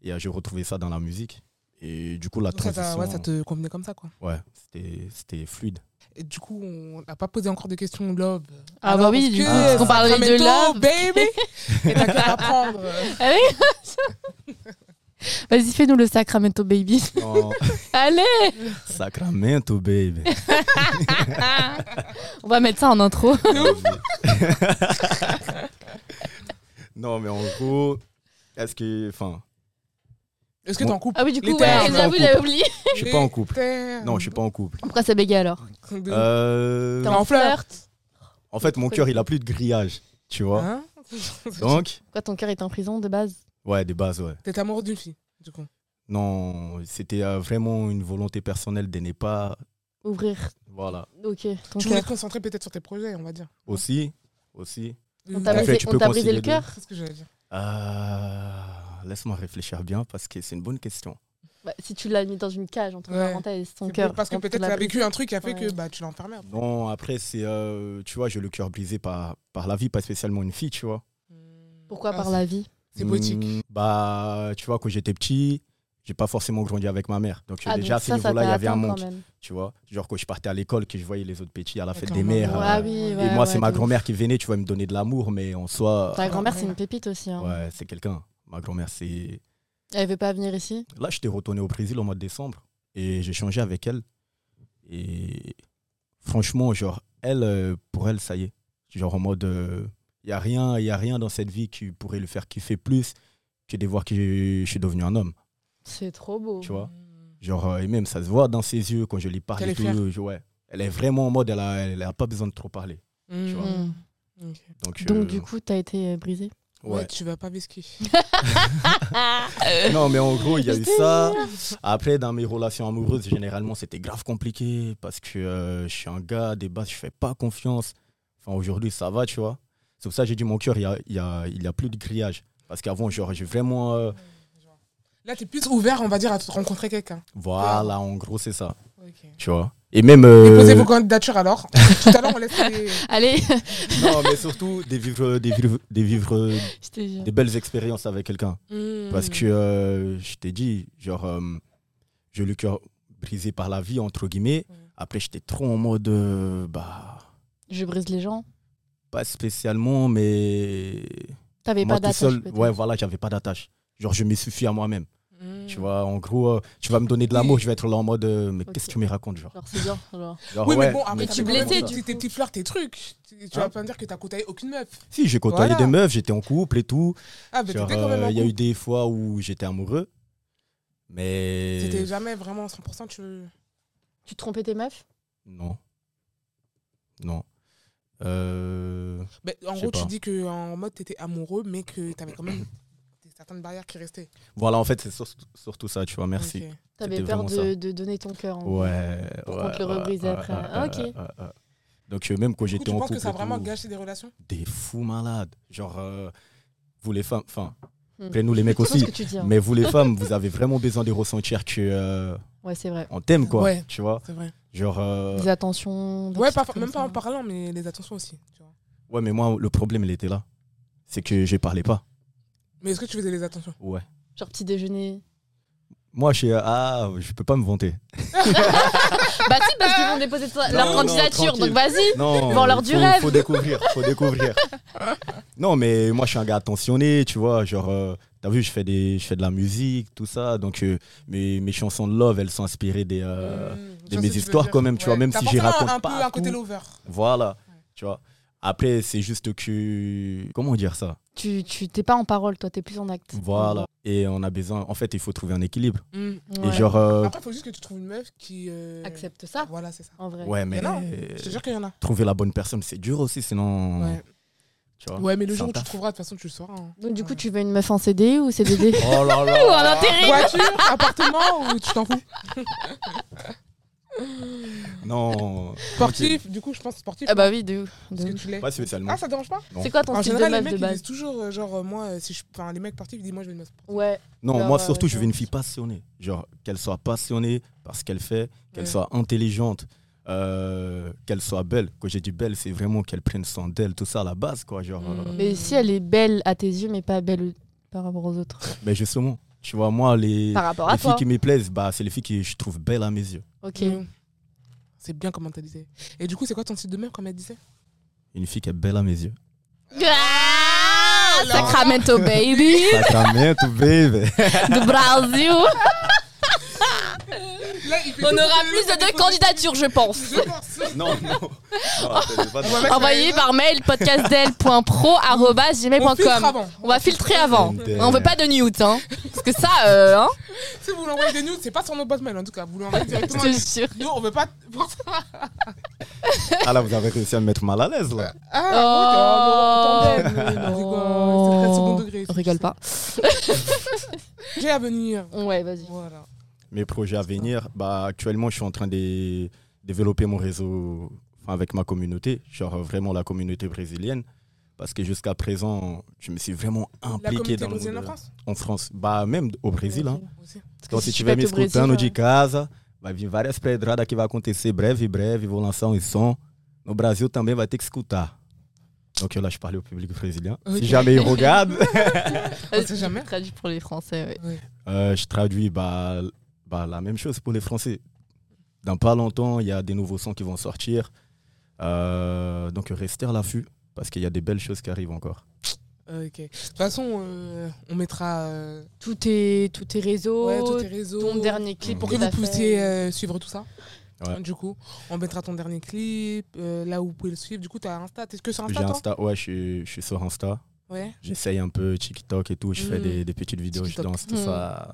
Speaker 1: Et euh, j'ai retrouvé ça dans la musique. Et du coup, la
Speaker 2: Donc ça, t'a-
Speaker 1: transition,
Speaker 2: ouais, ça te convenait comme ça, quoi.
Speaker 1: ouais, c'était- c'était fluide.
Speaker 2: Et du coup, on n'a pas posé encore de questions love.
Speaker 3: Ah bah oui, du
Speaker 1: coup, parce qu'on
Speaker 3: parlait de love.
Speaker 2: baby
Speaker 3: *laughs*
Speaker 2: Et t'as qu'à apprendre.
Speaker 3: *laughs* Ah oui *laughs* Vas-y, fais-nous le Sacramento Baby.
Speaker 1: Non,
Speaker 3: *laughs*
Speaker 2: *laughs*
Speaker 3: Allez
Speaker 1: Oh, Sacramento, baby.
Speaker 3: *laughs* On va mettre ça en intro.
Speaker 1: Oh, *laughs* non, mais en gros, est-ce que. Enfin,
Speaker 2: Est-ce que t'es en couple
Speaker 3: Ah oui, du
Speaker 2: Les
Speaker 3: coup, ouais,
Speaker 2: termes.
Speaker 3: j'avoue, j'avais oublié.
Speaker 1: je suis pas en couple. Non, je suis pas en couple.
Speaker 3: Pourquoi ça bégaye alors
Speaker 1: Euh,
Speaker 3: T'es
Speaker 2: en fleur.
Speaker 3: flirt
Speaker 1: En fait, mon cœur, il a plus de grillage, tu vois.
Speaker 2: Hein
Speaker 1: Donc,
Speaker 3: Pourquoi ton cœur est en prison de base
Speaker 1: ouais, des bases, ouais.
Speaker 2: T'es amoureux d'une fille, du coup.
Speaker 1: Non, c'était euh, vraiment une volonté personnelle de ne pas.
Speaker 3: Ouvrir.
Speaker 1: Voilà.
Speaker 3: Ok, ton
Speaker 2: Tu voulais
Speaker 3: cœur.
Speaker 2: te concentrer peut-être sur tes projets, on va dire. Euh,
Speaker 1: Aussi, aussi.
Speaker 3: On t'a
Speaker 1: En fait,
Speaker 3: brisé,
Speaker 1: tu
Speaker 3: on
Speaker 1: peux
Speaker 3: t'a brisé
Speaker 1: concilier
Speaker 3: le
Speaker 1: les deux.
Speaker 3: cœur
Speaker 2: C'est ce que j'allais dire.
Speaker 1: Euh, Laisse-moi réfléchir bien parce que c'est une bonne question.
Speaker 3: Bah, Si tu l'as mis dans une cage, entre
Speaker 2: Ouais.
Speaker 3: parenthèses, ton
Speaker 2: C'est
Speaker 3: cœur.
Speaker 2: Parce que
Speaker 3: on te
Speaker 2: peut-être
Speaker 3: l'a
Speaker 2: t'as
Speaker 3: brisé.
Speaker 2: vécu un truc qui a fait
Speaker 3: Ouais.
Speaker 2: que bah, tu l'as enfermé. après.
Speaker 1: Non, après, c'est. euh, tu vois, j'ai le cœur brisé par, par la vie, pas spécialement une fille, tu vois.
Speaker 3: Pourquoi
Speaker 2: Ah,
Speaker 3: par la vie
Speaker 2: C'est poétique.
Speaker 1: Hmm, bah, tu vois, quand j'étais petit, j'ai pas forcément grandi avec ma mère. Donc,
Speaker 3: Ah, donc
Speaker 1: déjà, à ce
Speaker 3: ça, ça
Speaker 1: niveau-là, il y
Speaker 3: t'a
Speaker 1: avait un
Speaker 3: atteint
Speaker 1: manque,
Speaker 3: quand même.
Speaker 1: tu vois. Genre, quand je partais à l'école, que je voyais les autres petits à la
Speaker 2: Ah,
Speaker 1: fête des
Speaker 2: clairement.
Speaker 1: mères.
Speaker 2: Ouais,
Speaker 1: euh,
Speaker 3: Ah oui,
Speaker 2: Et
Speaker 1: Et
Speaker 3: ouais,
Speaker 1: moi,
Speaker 3: ouais,
Speaker 1: c'est ma
Speaker 3: de ouf.
Speaker 1: grand-mère qui venait, tu vois, me donner de l'amour, mais en soi,
Speaker 3: Ta grand-mère, c'est une pépite aussi. hein.
Speaker 1: ouais, c'est quelqu'un. Ma grand-mère, c'est.
Speaker 3: Elle veut pas venir ici
Speaker 1: Là, j'étais retourné au Brésil au mois de décembre et j'ai changé avec elle. Et franchement, genre, elle, euh, pour elle, ça y est. Genre en mode, euh, Il n'y a, rien- y a rien dans cette vie qui pourrait le faire kiffer plus que de voir que je suis devenu un homme.
Speaker 3: C'est trop beau.
Speaker 1: Tu vois Genre, euh, et même ça se voit dans ses yeux quand je lui parle.
Speaker 2: Mmh. Qu'elle
Speaker 1: et
Speaker 2: est
Speaker 1: tout,
Speaker 2: fière.
Speaker 1: je- ouais. Elle est vraiment en mode, elle n'a pas besoin de trop parler.
Speaker 2: Mmh.
Speaker 1: vois.
Speaker 3: Mm.
Speaker 2: Ok.
Speaker 1: Donc, euh,
Speaker 3: Donc, du coup, t'as été euh, brisée
Speaker 2: Ouais.
Speaker 1: ouais.
Speaker 2: tu vas pas visquer.
Speaker 3: Ah. *laughs* Euh.
Speaker 1: Non, mais en gros, il y a eu ça. Après, dans mes relations amoureuses, généralement, c'était grave compliqué parce que euh, je suis un gars, des bases, je fais pas confiance. Enfin, aujourd'hui, ça va, tu vois. C'est pour ça que j'ai dit, mon cœur, il y a, il y a- il y a plus de grillage. Parce qu'avant, genre, j'ai vraiment. euh,
Speaker 2: *laughs* Là, t'es plus ouvert, on va dire, à te rencontrer quelqu'un.
Speaker 1: voilà, en gros, c'est ça,
Speaker 2: Ok.
Speaker 1: tu vois. Et même. euh,
Speaker 2: Déposez vos candidatures alors. *laughs* Tout à l'heure, on laisse les.
Speaker 3: Allez, *laughs*
Speaker 1: non, mais surtout, de vivre, de vivre, de vivre euh,
Speaker 3: je te jure.
Speaker 1: des belles expériences avec quelqu'un.
Speaker 2: Mmh.
Speaker 1: Parce
Speaker 3: Mhm.
Speaker 1: que euh, je t'ai dit, genre, euh, j'ai eu le cœur brisé par la vie, entre guillemets.
Speaker 3: Mhm.
Speaker 2: Ouais.
Speaker 1: Après, j'étais trop en mode, euh, bah,
Speaker 3: Je brise les gens.
Speaker 1: pas spécialement, mais.
Speaker 3: T'avais
Speaker 1: moi
Speaker 3: pas
Speaker 1: tout
Speaker 3: d'attache.
Speaker 1: seul,
Speaker 3: peut-être.
Speaker 1: ouais, voilà, j'avais pas d'attache. Genre, je me suffis à moi-même.
Speaker 2: Mmh.
Speaker 3: Mhm.
Speaker 1: Tu vois, en gros, euh, tu vas me donner de l'amour,
Speaker 2: Oui.
Speaker 1: je vais être là en mode, euh, mais
Speaker 3: Ok.
Speaker 1: qu'est-ce que tu me racontes, genre,
Speaker 3: Genre, c'est bien. Genre.
Speaker 1: Genre,
Speaker 2: Oui,
Speaker 1: ouais,
Speaker 2: mais bon, après,
Speaker 3: tu
Speaker 2: t'as quand
Speaker 1: comment
Speaker 2: même
Speaker 3: blessais,
Speaker 1: ça
Speaker 3: du
Speaker 2: tes, tes petites fleurs, tes trucs. Tu, tu
Speaker 1: Hein
Speaker 2: vas pas me dire que t'as côtoyé aucune meuf.
Speaker 1: Si, j'ai côtoyé
Speaker 2: Voilà.
Speaker 1: des meufs, j'étais en couple et tout.
Speaker 2: Ah, mais
Speaker 1: Genre,
Speaker 2: t'étais quand même
Speaker 1: euh,
Speaker 2: en
Speaker 1: Il y a eu
Speaker 2: couple.
Speaker 1: des fois où j'étais amoureux, mais.
Speaker 2: T'étais jamais vraiment 100%. Tu...
Speaker 3: Tu trompais tes meufs
Speaker 1: Non. Non. Euh,
Speaker 2: Mais en
Speaker 1: Je sais
Speaker 2: gros, tu
Speaker 1: pas.
Speaker 2: dis que en mode, t'étais amoureux, mais que t'avais quand même des- certaines barrières qui restaient.
Speaker 1: Voilà, en fait, c'est sur- surtout ça, tu vois, merci.
Speaker 2: Ok.
Speaker 3: T'avais
Speaker 1: C'était
Speaker 3: peur
Speaker 1: vraiment
Speaker 3: de,
Speaker 1: ça.
Speaker 3: de donner ton cœur. en
Speaker 1: Ouais.
Speaker 3: fait, Pour qu'on
Speaker 1: ouais,
Speaker 3: te le
Speaker 1: ouais,
Speaker 3: rebrise
Speaker 1: ouais,
Speaker 3: après.
Speaker 1: ouais,
Speaker 3: Ah, ok.
Speaker 1: ouais, ouais, ouais. Donc, euh, même quand
Speaker 2: Du coup,
Speaker 1: j'étais
Speaker 2: tu
Speaker 1: en
Speaker 2: penses
Speaker 1: couple.
Speaker 2: que ça a
Speaker 1: et
Speaker 2: vraiment
Speaker 1: tout,
Speaker 2: gâché des relations
Speaker 1: Des fous malades. Genre, euh, vous les femmes, enfin,
Speaker 3: Hmm.
Speaker 1: après nous les mecs
Speaker 3: Je sais ce
Speaker 1: aussi,
Speaker 3: que tu dis. hein.
Speaker 1: mais
Speaker 2: *laughs*
Speaker 1: vous les femmes, vous avez vraiment besoin de ressentir que euh,
Speaker 3: Ouais, c'est vrai.
Speaker 1: on t'aime, quoi.
Speaker 2: Ouais.
Speaker 1: Tu vois
Speaker 2: C'est vrai.
Speaker 1: Genre. euh,
Speaker 3: Des attentions. des
Speaker 2: Ouais,
Speaker 3: petites
Speaker 2: pas-
Speaker 3: trucs
Speaker 2: même
Speaker 3: comme
Speaker 2: pas en
Speaker 3: ça.
Speaker 2: parlant, mais les attentions aussi. tu vois.
Speaker 1: ouais, mais moi, le problème, il était là. C'est que je parlais pas.
Speaker 2: Mais est-ce que tu faisais les attentions
Speaker 1: Ouais.
Speaker 3: Genre petit déjeuner.
Speaker 1: Moi, je suis. euh, ah, je peux pas me vanter.
Speaker 3: bah si, parce qu'ils vont déposer ça-
Speaker 1: Non,
Speaker 3: leur
Speaker 1: non,
Speaker 3: candidature,
Speaker 1: tranquille.
Speaker 3: donc vas-y.
Speaker 2: *laughs*
Speaker 1: Non,
Speaker 3: Vends-leur
Speaker 1: faut-
Speaker 3: du rêve.
Speaker 1: Faut découvrir, faut découvrir. non, mais moi, je suis un gars attentionné, tu vois. Genre, euh, t'as vu, je fais, des, je fais de la musique, tout ça. Donc, euh, mes, mes chansons de love, elles sont inspirées des. euh,
Speaker 2: Mmh, je
Speaker 1: des
Speaker 2: vois ce
Speaker 1: mes
Speaker 2: que tu veux
Speaker 1: histoires
Speaker 2: dire.
Speaker 1: quand même, tu vois, même
Speaker 2: T'as
Speaker 1: si j'y
Speaker 2: forcément
Speaker 1: raconte
Speaker 2: un
Speaker 1: pas
Speaker 2: peu un côté
Speaker 1: tout.
Speaker 2: lover.
Speaker 1: Voilà, tu vois. Après, c'est juste que. Comment dire ça
Speaker 3: Tu tu- t'es pas en parole, toi, t'es plus en acte.
Speaker 2: Mm.
Speaker 1: Voilà. Et on a besoin. En fait, il faut trouver un équilibre.
Speaker 2: Mmh.
Speaker 3: Ouais.
Speaker 1: Et genre. euh,
Speaker 2: Après, il faut juste que tu trouves une meuf qui. euh,
Speaker 3: Accepte ça,
Speaker 2: Voilà, c'est ça.
Speaker 3: en vrai.
Speaker 1: ouais, mais.
Speaker 2: Mais non, je te jure qu'il y en a.
Speaker 1: Trouver la bonne personne, c'est dur aussi, sinon.
Speaker 2: Ouais.
Speaker 1: Tu vois.
Speaker 2: Ouais, mais le
Speaker 1: c'est
Speaker 2: jour
Speaker 1: un
Speaker 2: où tu
Speaker 1: taf.
Speaker 2: trouveras, de toute façon, tu le sauras. hein.
Speaker 3: Donc du coup,
Speaker 2: Ouais.
Speaker 3: tu veux une meuf en CD ou CDD
Speaker 1: Oh là là
Speaker 3: Ou en intérim *laughs*
Speaker 2: Voiture, appartement ou tu t'en fous
Speaker 1: Non.
Speaker 2: Sportif, du coup, je pense sportif.
Speaker 3: Ah bah oui, de ouf. de
Speaker 2: parce que
Speaker 3: ouf.
Speaker 2: tu l'es.
Speaker 1: Pas spécialement.
Speaker 2: Ah, ça te dérange pas
Speaker 3: C'est quoi ton
Speaker 2: En
Speaker 3: style de
Speaker 2: général, les
Speaker 3: meuf
Speaker 2: mecs,
Speaker 3: de
Speaker 2: ils
Speaker 3: base
Speaker 2: disent toujours, euh, genre, euh, moi, euh, si je. Enfin, les mecs sportifs, ils disent, moi, je vais une meuf sportive.
Speaker 3: Ouais.
Speaker 1: Non,
Speaker 3: Genre,
Speaker 1: moi
Speaker 3: euh,
Speaker 1: surtout, je veux
Speaker 3: genre-
Speaker 1: une fille passionnée. Genre, qu'elle soit passionnée par ce qu'elle fait, qu'elle
Speaker 2: Ouais.
Speaker 1: soit intelligente, euh, qu'elle soit belle. Quand j'ai dit belle, c'est vraiment qu'elle prenne soin d'elle, tout ça à la base, quoi. Genre, euh,
Speaker 2: Mm.
Speaker 3: Mais si elle est belle à tes yeux, mais pas belle au- par rapport aux autres.
Speaker 1: mais justement, tu vois, moi, les,
Speaker 3: Par rapport
Speaker 1: les
Speaker 3: à
Speaker 1: filles
Speaker 3: toi.
Speaker 1: qui me plaisent, bah, c'est les filles que je trouve belles à mes yeux.
Speaker 3: Ok.
Speaker 2: Mm. C'est bien comment t'as dit. Et du coup, c'est quoi ton style de meuf, comme elle
Speaker 3: *laughs*
Speaker 2: disait
Speaker 1: Une fille qui est belle à mes yeux.
Speaker 3: Ah, Sacramento baby
Speaker 1: Sacramento, baby.
Speaker 3: de Brazil. On aura plus de deux candidatures, je pense.
Speaker 1: Non, non. *laughs* Non, c'est pas ça.
Speaker 3: Envoyez par mail
Speaker 2: *laughs* On filtre
Speaker 3: podcastdel.pro@gmail.com.
Speaker 2: avant.
Speaker 3: On va filtrer avant.
Speaker 1: Putain.
Speaker 3: On veut pas de nudes, hein. Parce que ça, euh,
Speaker 2: *laughs*
Speaker 3: hein,
Speaker 2: Si vous l'envoyez des nudes, c'est pas sur nos boîtes mail en tout cas. Vous l'envoyez
Speaker 3: je
Speaker 2: directement.
Speaker 3: te jure.
Speaker 2: Nous, on veut pas.
Speaker 1: Ah là, vous avez réussi à me mettre mal à l'aise, là.
Speaker 2: Ah, ouais, t'es un
Speaker 3: Oh,
Speaker 2: bon,
Speaker 3: non.
Speaker 2: attendez. C'est très second degré. ça,
Speaker 3: Rigole
Speaker 2: je
Speaker 3: pas.
Speaker 2: sais. J'ai à venir.
Speaker 3: Ouais, vas-y.
Speaker 2: Voilà.
Speaker 1: Mes projets à venir, bah, actuellement, je suis en train de développer mon réseau enfin, avec ma communauté, genre euh, vraiment la communauté brésilienne. Parce que jusqu'à présent, je me suis vraiment
Speaker 2: La
Speaker 1: impliqué
Speaker 2: communauté
Speaker 1: dans le
Speaker 2: brésilienne
Speaker 1: monde,
Speaker 2: en France
Speaker 1: en France, bah même au Brésil. Hein.
Speaker 2: aussi.
Speaker 3: Parce que
Speaker 1: Então,
Speaker 3: si
Speaker 1: se
Speaker 3: tu
Speaker 1: tiver
Speaker 3: vas
Speaker 1: me
Speaker 3: te au Brésil,
Speaker 1: escutando de
Speaker 3: ouais.
Speaker 1: casa, bah, vai vir várias pedradas que vai acontecer breve, e breve. Vou lançar um som. No Brasil também vai ter que escutar. Donc là, je parlais au public brésilien.
Speaker 2: Ok.
Speaker 1: Si jamais il regarde,
Speaker 2: On sait jamais.
Speaker 3: *laughs* Traduit pour les Français, ouais.
Speaker 1: Euh, je traduis bah, bah, la même chose pour les Français. Dans pas longtemps, il y a des nouveaux sons qui vont sortir. Euh, donc restez à l'affût parce qu'il y a des belles choses qui arrivent encore.
Speaker 2: Ok. De toute façon, euh, on mettra euh,
Speaker 3: Tous tes, tous tes réseaux,
Speaker 2: ouais, tous tes réseaux
Speaker 3: Oh, ton dernier clip
Speaker 1: Pour
Speaker 2: pour
Speaker 1: que
Speaker 2: que
Speaker 3: t'as
Speaker 2: vous
Speaker 3: fait.
Speaker 2: puissiez euh, suivre tout ça.
Speaker 1: Ouais.
Speaker 2: Du coup, on mettra ton dernier clip, euh, là où vous pouvez le suivre. Du coup, tu as Insta. T'es que sur
Speaker 1: J'ai
Speaker 2: Insta, toi
Speaker 1: Insta, ouais, je suis, je suis sur Insta.
Speaker 2: Ouais.
Speaker 1: J'essaye un peu TikTok et tout. Je fais
Speaker 2: Mm.
Speaker 1: des, des petites vidéos,
Speaker 2: TikTok.
Speaker 1: je danse, tout
Speaker 3: Mm.
Speaker 1: ça.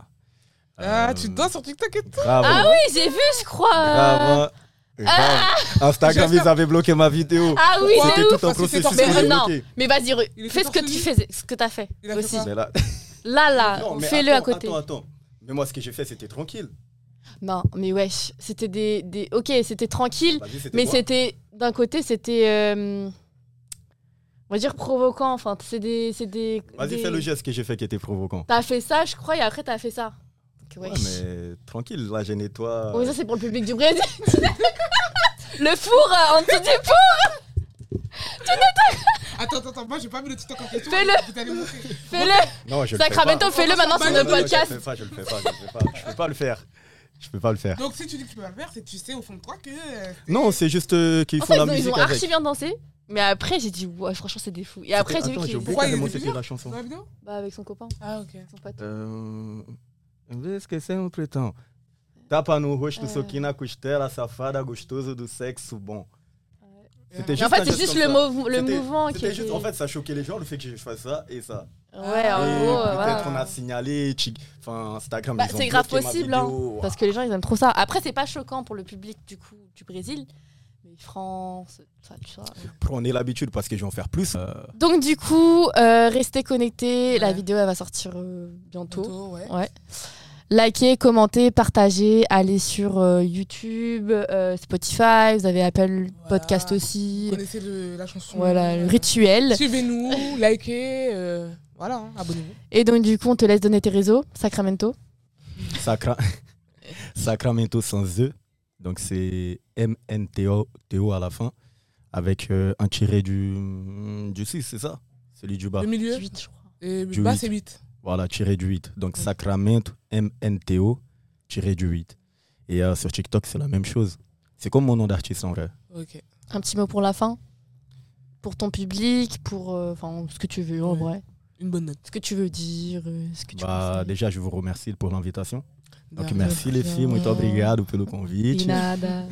Speaker 2: Ah,
Speaker 1: Euh,
Speaker 2: tu danses sur TikTok et tout.
Speaker 1: Grave.
Speaker 3: Ah oui, j'ai vu, je crois. euh,
Speaker 1: Grave. Grave. Instagram,
Speaker 2: J'espère-
Speaker 1: ils avaient bloqué ma vidéo.
Speaker 3: Ah oui,
Speaker 2: Pourquoi
Speaker 3: de
Speaker 1: C'était
Speaker 3: ouf.
Speaker 1: tout un
Speaker 2: Parce que c'est
Speaker 1: processus.
Speaker 3: torturé.
Speaker 1: pour les
Speaker 3: Mais non.
Speaker 1: bloquer.
Speaker 3: Mais vas-y, re-
Speaker 2: Il était
Speaker 3: fais ce que
Speaker 2: torse
Speaker 3: tu
Speaker 2: nu.
Speaker 3: faisais, ce que t'as fait
Speaker 2: Il a fait
Speaker 3: aussi.
Speaker 2: quoi
Speaker 1: Mais là-
Speaker 3: Là,
Speaker 1: *laughs* Non,
Speaker 3: là,
Speaker 1: mais
Speaker 3: Ah, fais-le à
Speaker 1: attends,
Speaker 3: côté.
Speaker 1: Attends, attends. Mais moi, ce que j'ai fait, c'était tranquille.
Speaker 3: Non, mais wesh, c'était des, des- Ok, c'était tranquille,
Speaker 1: La vie, c'était
Speaker 3: mais
Speaker 1: quoi
Speaker 3: c'était. D'un côté, c'était. euh, on va dire provoquant, enfin, c'est des. c'est des-
Speaker 1: Vas-y,
Speaker 3: des-
Speaker 1: fais le geste que j'ai fait qui était provocant.
Speaker 3: T'as fait ça, je crois, et après, t'as fait ça. Donc,
Speaker 1: Ouais,
Speaker 3: wesh.
Speaker 1: mais euh, tranquille, là, j'ai nettoie.
Speaker 3: Bon, mais ça, c'est pour le public du Brésil. *laughs* le four euh, en dessous du four.
Speaker 2: Attends, attends, attends, moi j'ai pas mis le TikTok en question.
Speaker 3: Fais-le.
Speaker 2: Vous allez montrer.
Speaker 3: Fais-le.
Speaker 1: Non, je le fais pas.
Speaker 3: Sacramento, fais-le maintenant sur
Speaker 2: Non,
Speaker 3: le
Speaker 1: Non, non,
Speaker 3: podcast.
Speaker 1: Je le fais pas, je le fais pas, je le fais pas. Je peux pas le faire. Je peux pas le faire.
Speaker 2: Donc si tu dis que tu peux pas le faire, c'est que tu sais au fond de toi que. euh,
Speaker 1: Non, c'est juste euh, qu'ils
Speaker 3: En
Speaker 1: font
Speaker 3: fait,
Speaker 1: la
Speaker 3: ils ont- ils
Speaker 1: musique
Speaker 3: ont
Speaker 1: avec.
Speaker 3: archi bien dansé. Mais après, j'ai dit, ouais, franchement, c'est des fous. Et après, j'ai vu
Speaker 1: Attends,
Speaker 3: qu'il
Speaker 1: oublié
Speaker 2: Pourquoi
Speaker 1: carrément
Speaker 2: il y a des
Speaker 1: c'était la chanson.
Speaker 2: dans la vidéo
Speaker 3: Bah, avec son copain,
Speaker 2: Ah, ok.
Speaker 3: son pote.
Speaker 1: Euh, vê que sempre pretão. Tapa no rosto,
Speaker 3: É.
Speaker 1: soquinho na costela, safada, gostoso do sexo bom.
Speaker 2: Euh,
Speaker 1: C'était
Speaker 3: Mais en
Speaker 1: juste un
Speaker 3: fait, c'est
Speaker 1: geste
Speaker 3: juste
Speaker 1: comme
Speaker 3: le,
Speaker 1: ça.
Speaker 3: mou- le
Speaker 1: C'était-
Speaker 3: mouvement qui
Speaker 1: C'était
Speaker 3: était...
Speaker 1: juste, en fait, ça choquait les gens le fait que je fasse ça et ça.
Speaker 3: Ouais,
Speaker 2: Ah,
Speaker 1: et
Speaker 3: en gros,
Speaker 2: ouais,
Speaker 1: peut-être
Speaker 3: oh, voilà.
Speaker 1: on a signalé, chi- enfin Instagram.
Speaker 3: Bah,
Speaker 1: ils ont
Speaker 3: c'est grave
Speaker 1: bloqué ma
Speaker 3: possible, hein,
Speaker 1: vidéo.
Speaker 3: Parce que les gens, ils aiment trop ça. Après, c'est pas choquant pour le public, du coup, du Brésil. Mais France, ça, tu vois.
Speaker 1: Prenez l'habitude parce que je vais en faire plus. Euh,
Speaker 3: Donc, du coup, euh, restez connectés. La
Speaker 2: Ouais.
Speaker 3: vidéo, elle va sortir euh, bientôt.
Speaker 2: Bientôt, ouais.
Speaker 3: Ouais. Likez, commentez, partagez, allez sur euh, YouTube, euh, Spotify, vous avez Apple
Speaker 2: Voilà.
Speaker 3: Podcast
Speaker 2: Vous
Speaker 3: aussi.
Speaker 2: connaissez le- la chanson.
Speaker 3: Voilà, le
Speaker 2: euh,
Speaker 3: rituel.
Speaker 2: Suivez-nous, likez, euh, voilà, hein, abonnez-vous.
Speaker 3: Et donc, du coup, on te laisse donner tes réseaux, Sacramento.
Speaker 1: Sacra... *laughs* Sacramento sans E. Donc c'est M-N-T-O T-O à la fin. Avec euh, un tiré du, du 6, c'est ça Celui du bas.
Speaker 2: Le milieu
Speaker 3: Huit, je crois.
Speaker 2: et
Speaker 1: du
Speaker 2: le bas,
Speaker 1: huit.
Speaker 2: c'est 8.
Speaker 1: Voilà, tiré du 8. Donc Sacramento, M-N-T-O, tiré du 8. Et euh, sur TikTok, c'est la même chose. C'est comme mon nom d'artiste en vrai.
Speaker 2: Ok.
Speaker 3: Un petit mot pour la fin Pour ton public, pour euh, enfin, ce que tu veux, en
Speaker 2: Ouais.
Speaker 3: vrai.
Speaker 2: Une bonne note.
Speaker 3: Ce que tu veux dire, euh, ce que tu
Speaker 1: Bah,
Speaker 3: conseilles.
Speaker 1: déjà, je vous remercie pour l'invitation. Donc
Speaker 2: De
Speaker 1: merci les filles, muito obrigado pelo convite.
Speaker 3: Et nada.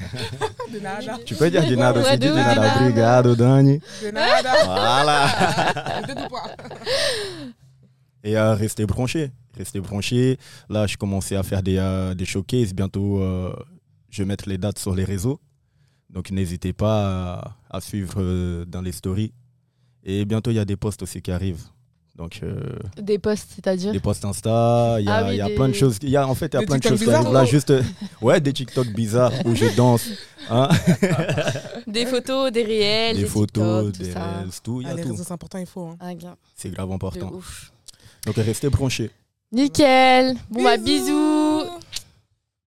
Speaker 2: De nada.
Speaker 1: Tu peux dire de nada
Speaker 3: Ouais,
Speaker 1: aussi, dis
Speaker 3: de
Speaker 1: de nada.
Speaker 3: nada.
Speaker 1: Obrigado, Dani. *laughs*
Speaker 2: De nada.
Speaker 1: Voilà.
Speaker 2: De deux points.
Speaker 1: Et euh, rester branché. Rester branché. Là, je commençais à faire des, euh, des showcases. Bientôt, euh, je vais mettre les dates sur les réseaux. Donc, n'hésitez pas à, à suivre euh, dans les stories. Et bientôt, il y a des posts aussi qui arrivent. Donc, euh,
Speaker 3: Des posts, c'est-à-dire
Speaker 1: des posts Insta, il y a,
Speaker 3: Ah oui,
Speaker 1: il y a
Speaker 3: des-
Speaker 1: plein de choses. Il y a, en fait, il y a
Speaker 2: Des
Speaker 1: plein de
Speaker 2: TikTok
Speaker 1: choses qui arrivent. Là,
Speaker 2: bizarres,
Speaker 1: juste, euh, ouais, des TikTok bizarres où je
Speaker 3: *laughs*
Speaker 1: danse. hein.
Speaker 3: Des photos, des réels,
Speaker 1: des,
Speaker 3: des,
Speaker 1: photos,
Speaker 3: TikTok, tout
Speaker 1: des
Speaker 3: ça.
Speaker 1: reels, tout. Il y
Speaker 2: Ah,
Speaker 1: a
Speaker 2: les
Speaker 1: tout.
Speaker 2: réseaux, c'est important, il faut. hein.
Speaker 3: Un gain
Speaker 1: C'est grave
Speaker 3: de
Speaker 1: important.
Speaker 3: ouf.
Speaker 1: Donc, restez branchés.
Speaker 3: Nickel. Bon bah
Speaker 2: Bisous.
Speaker 3: bisous.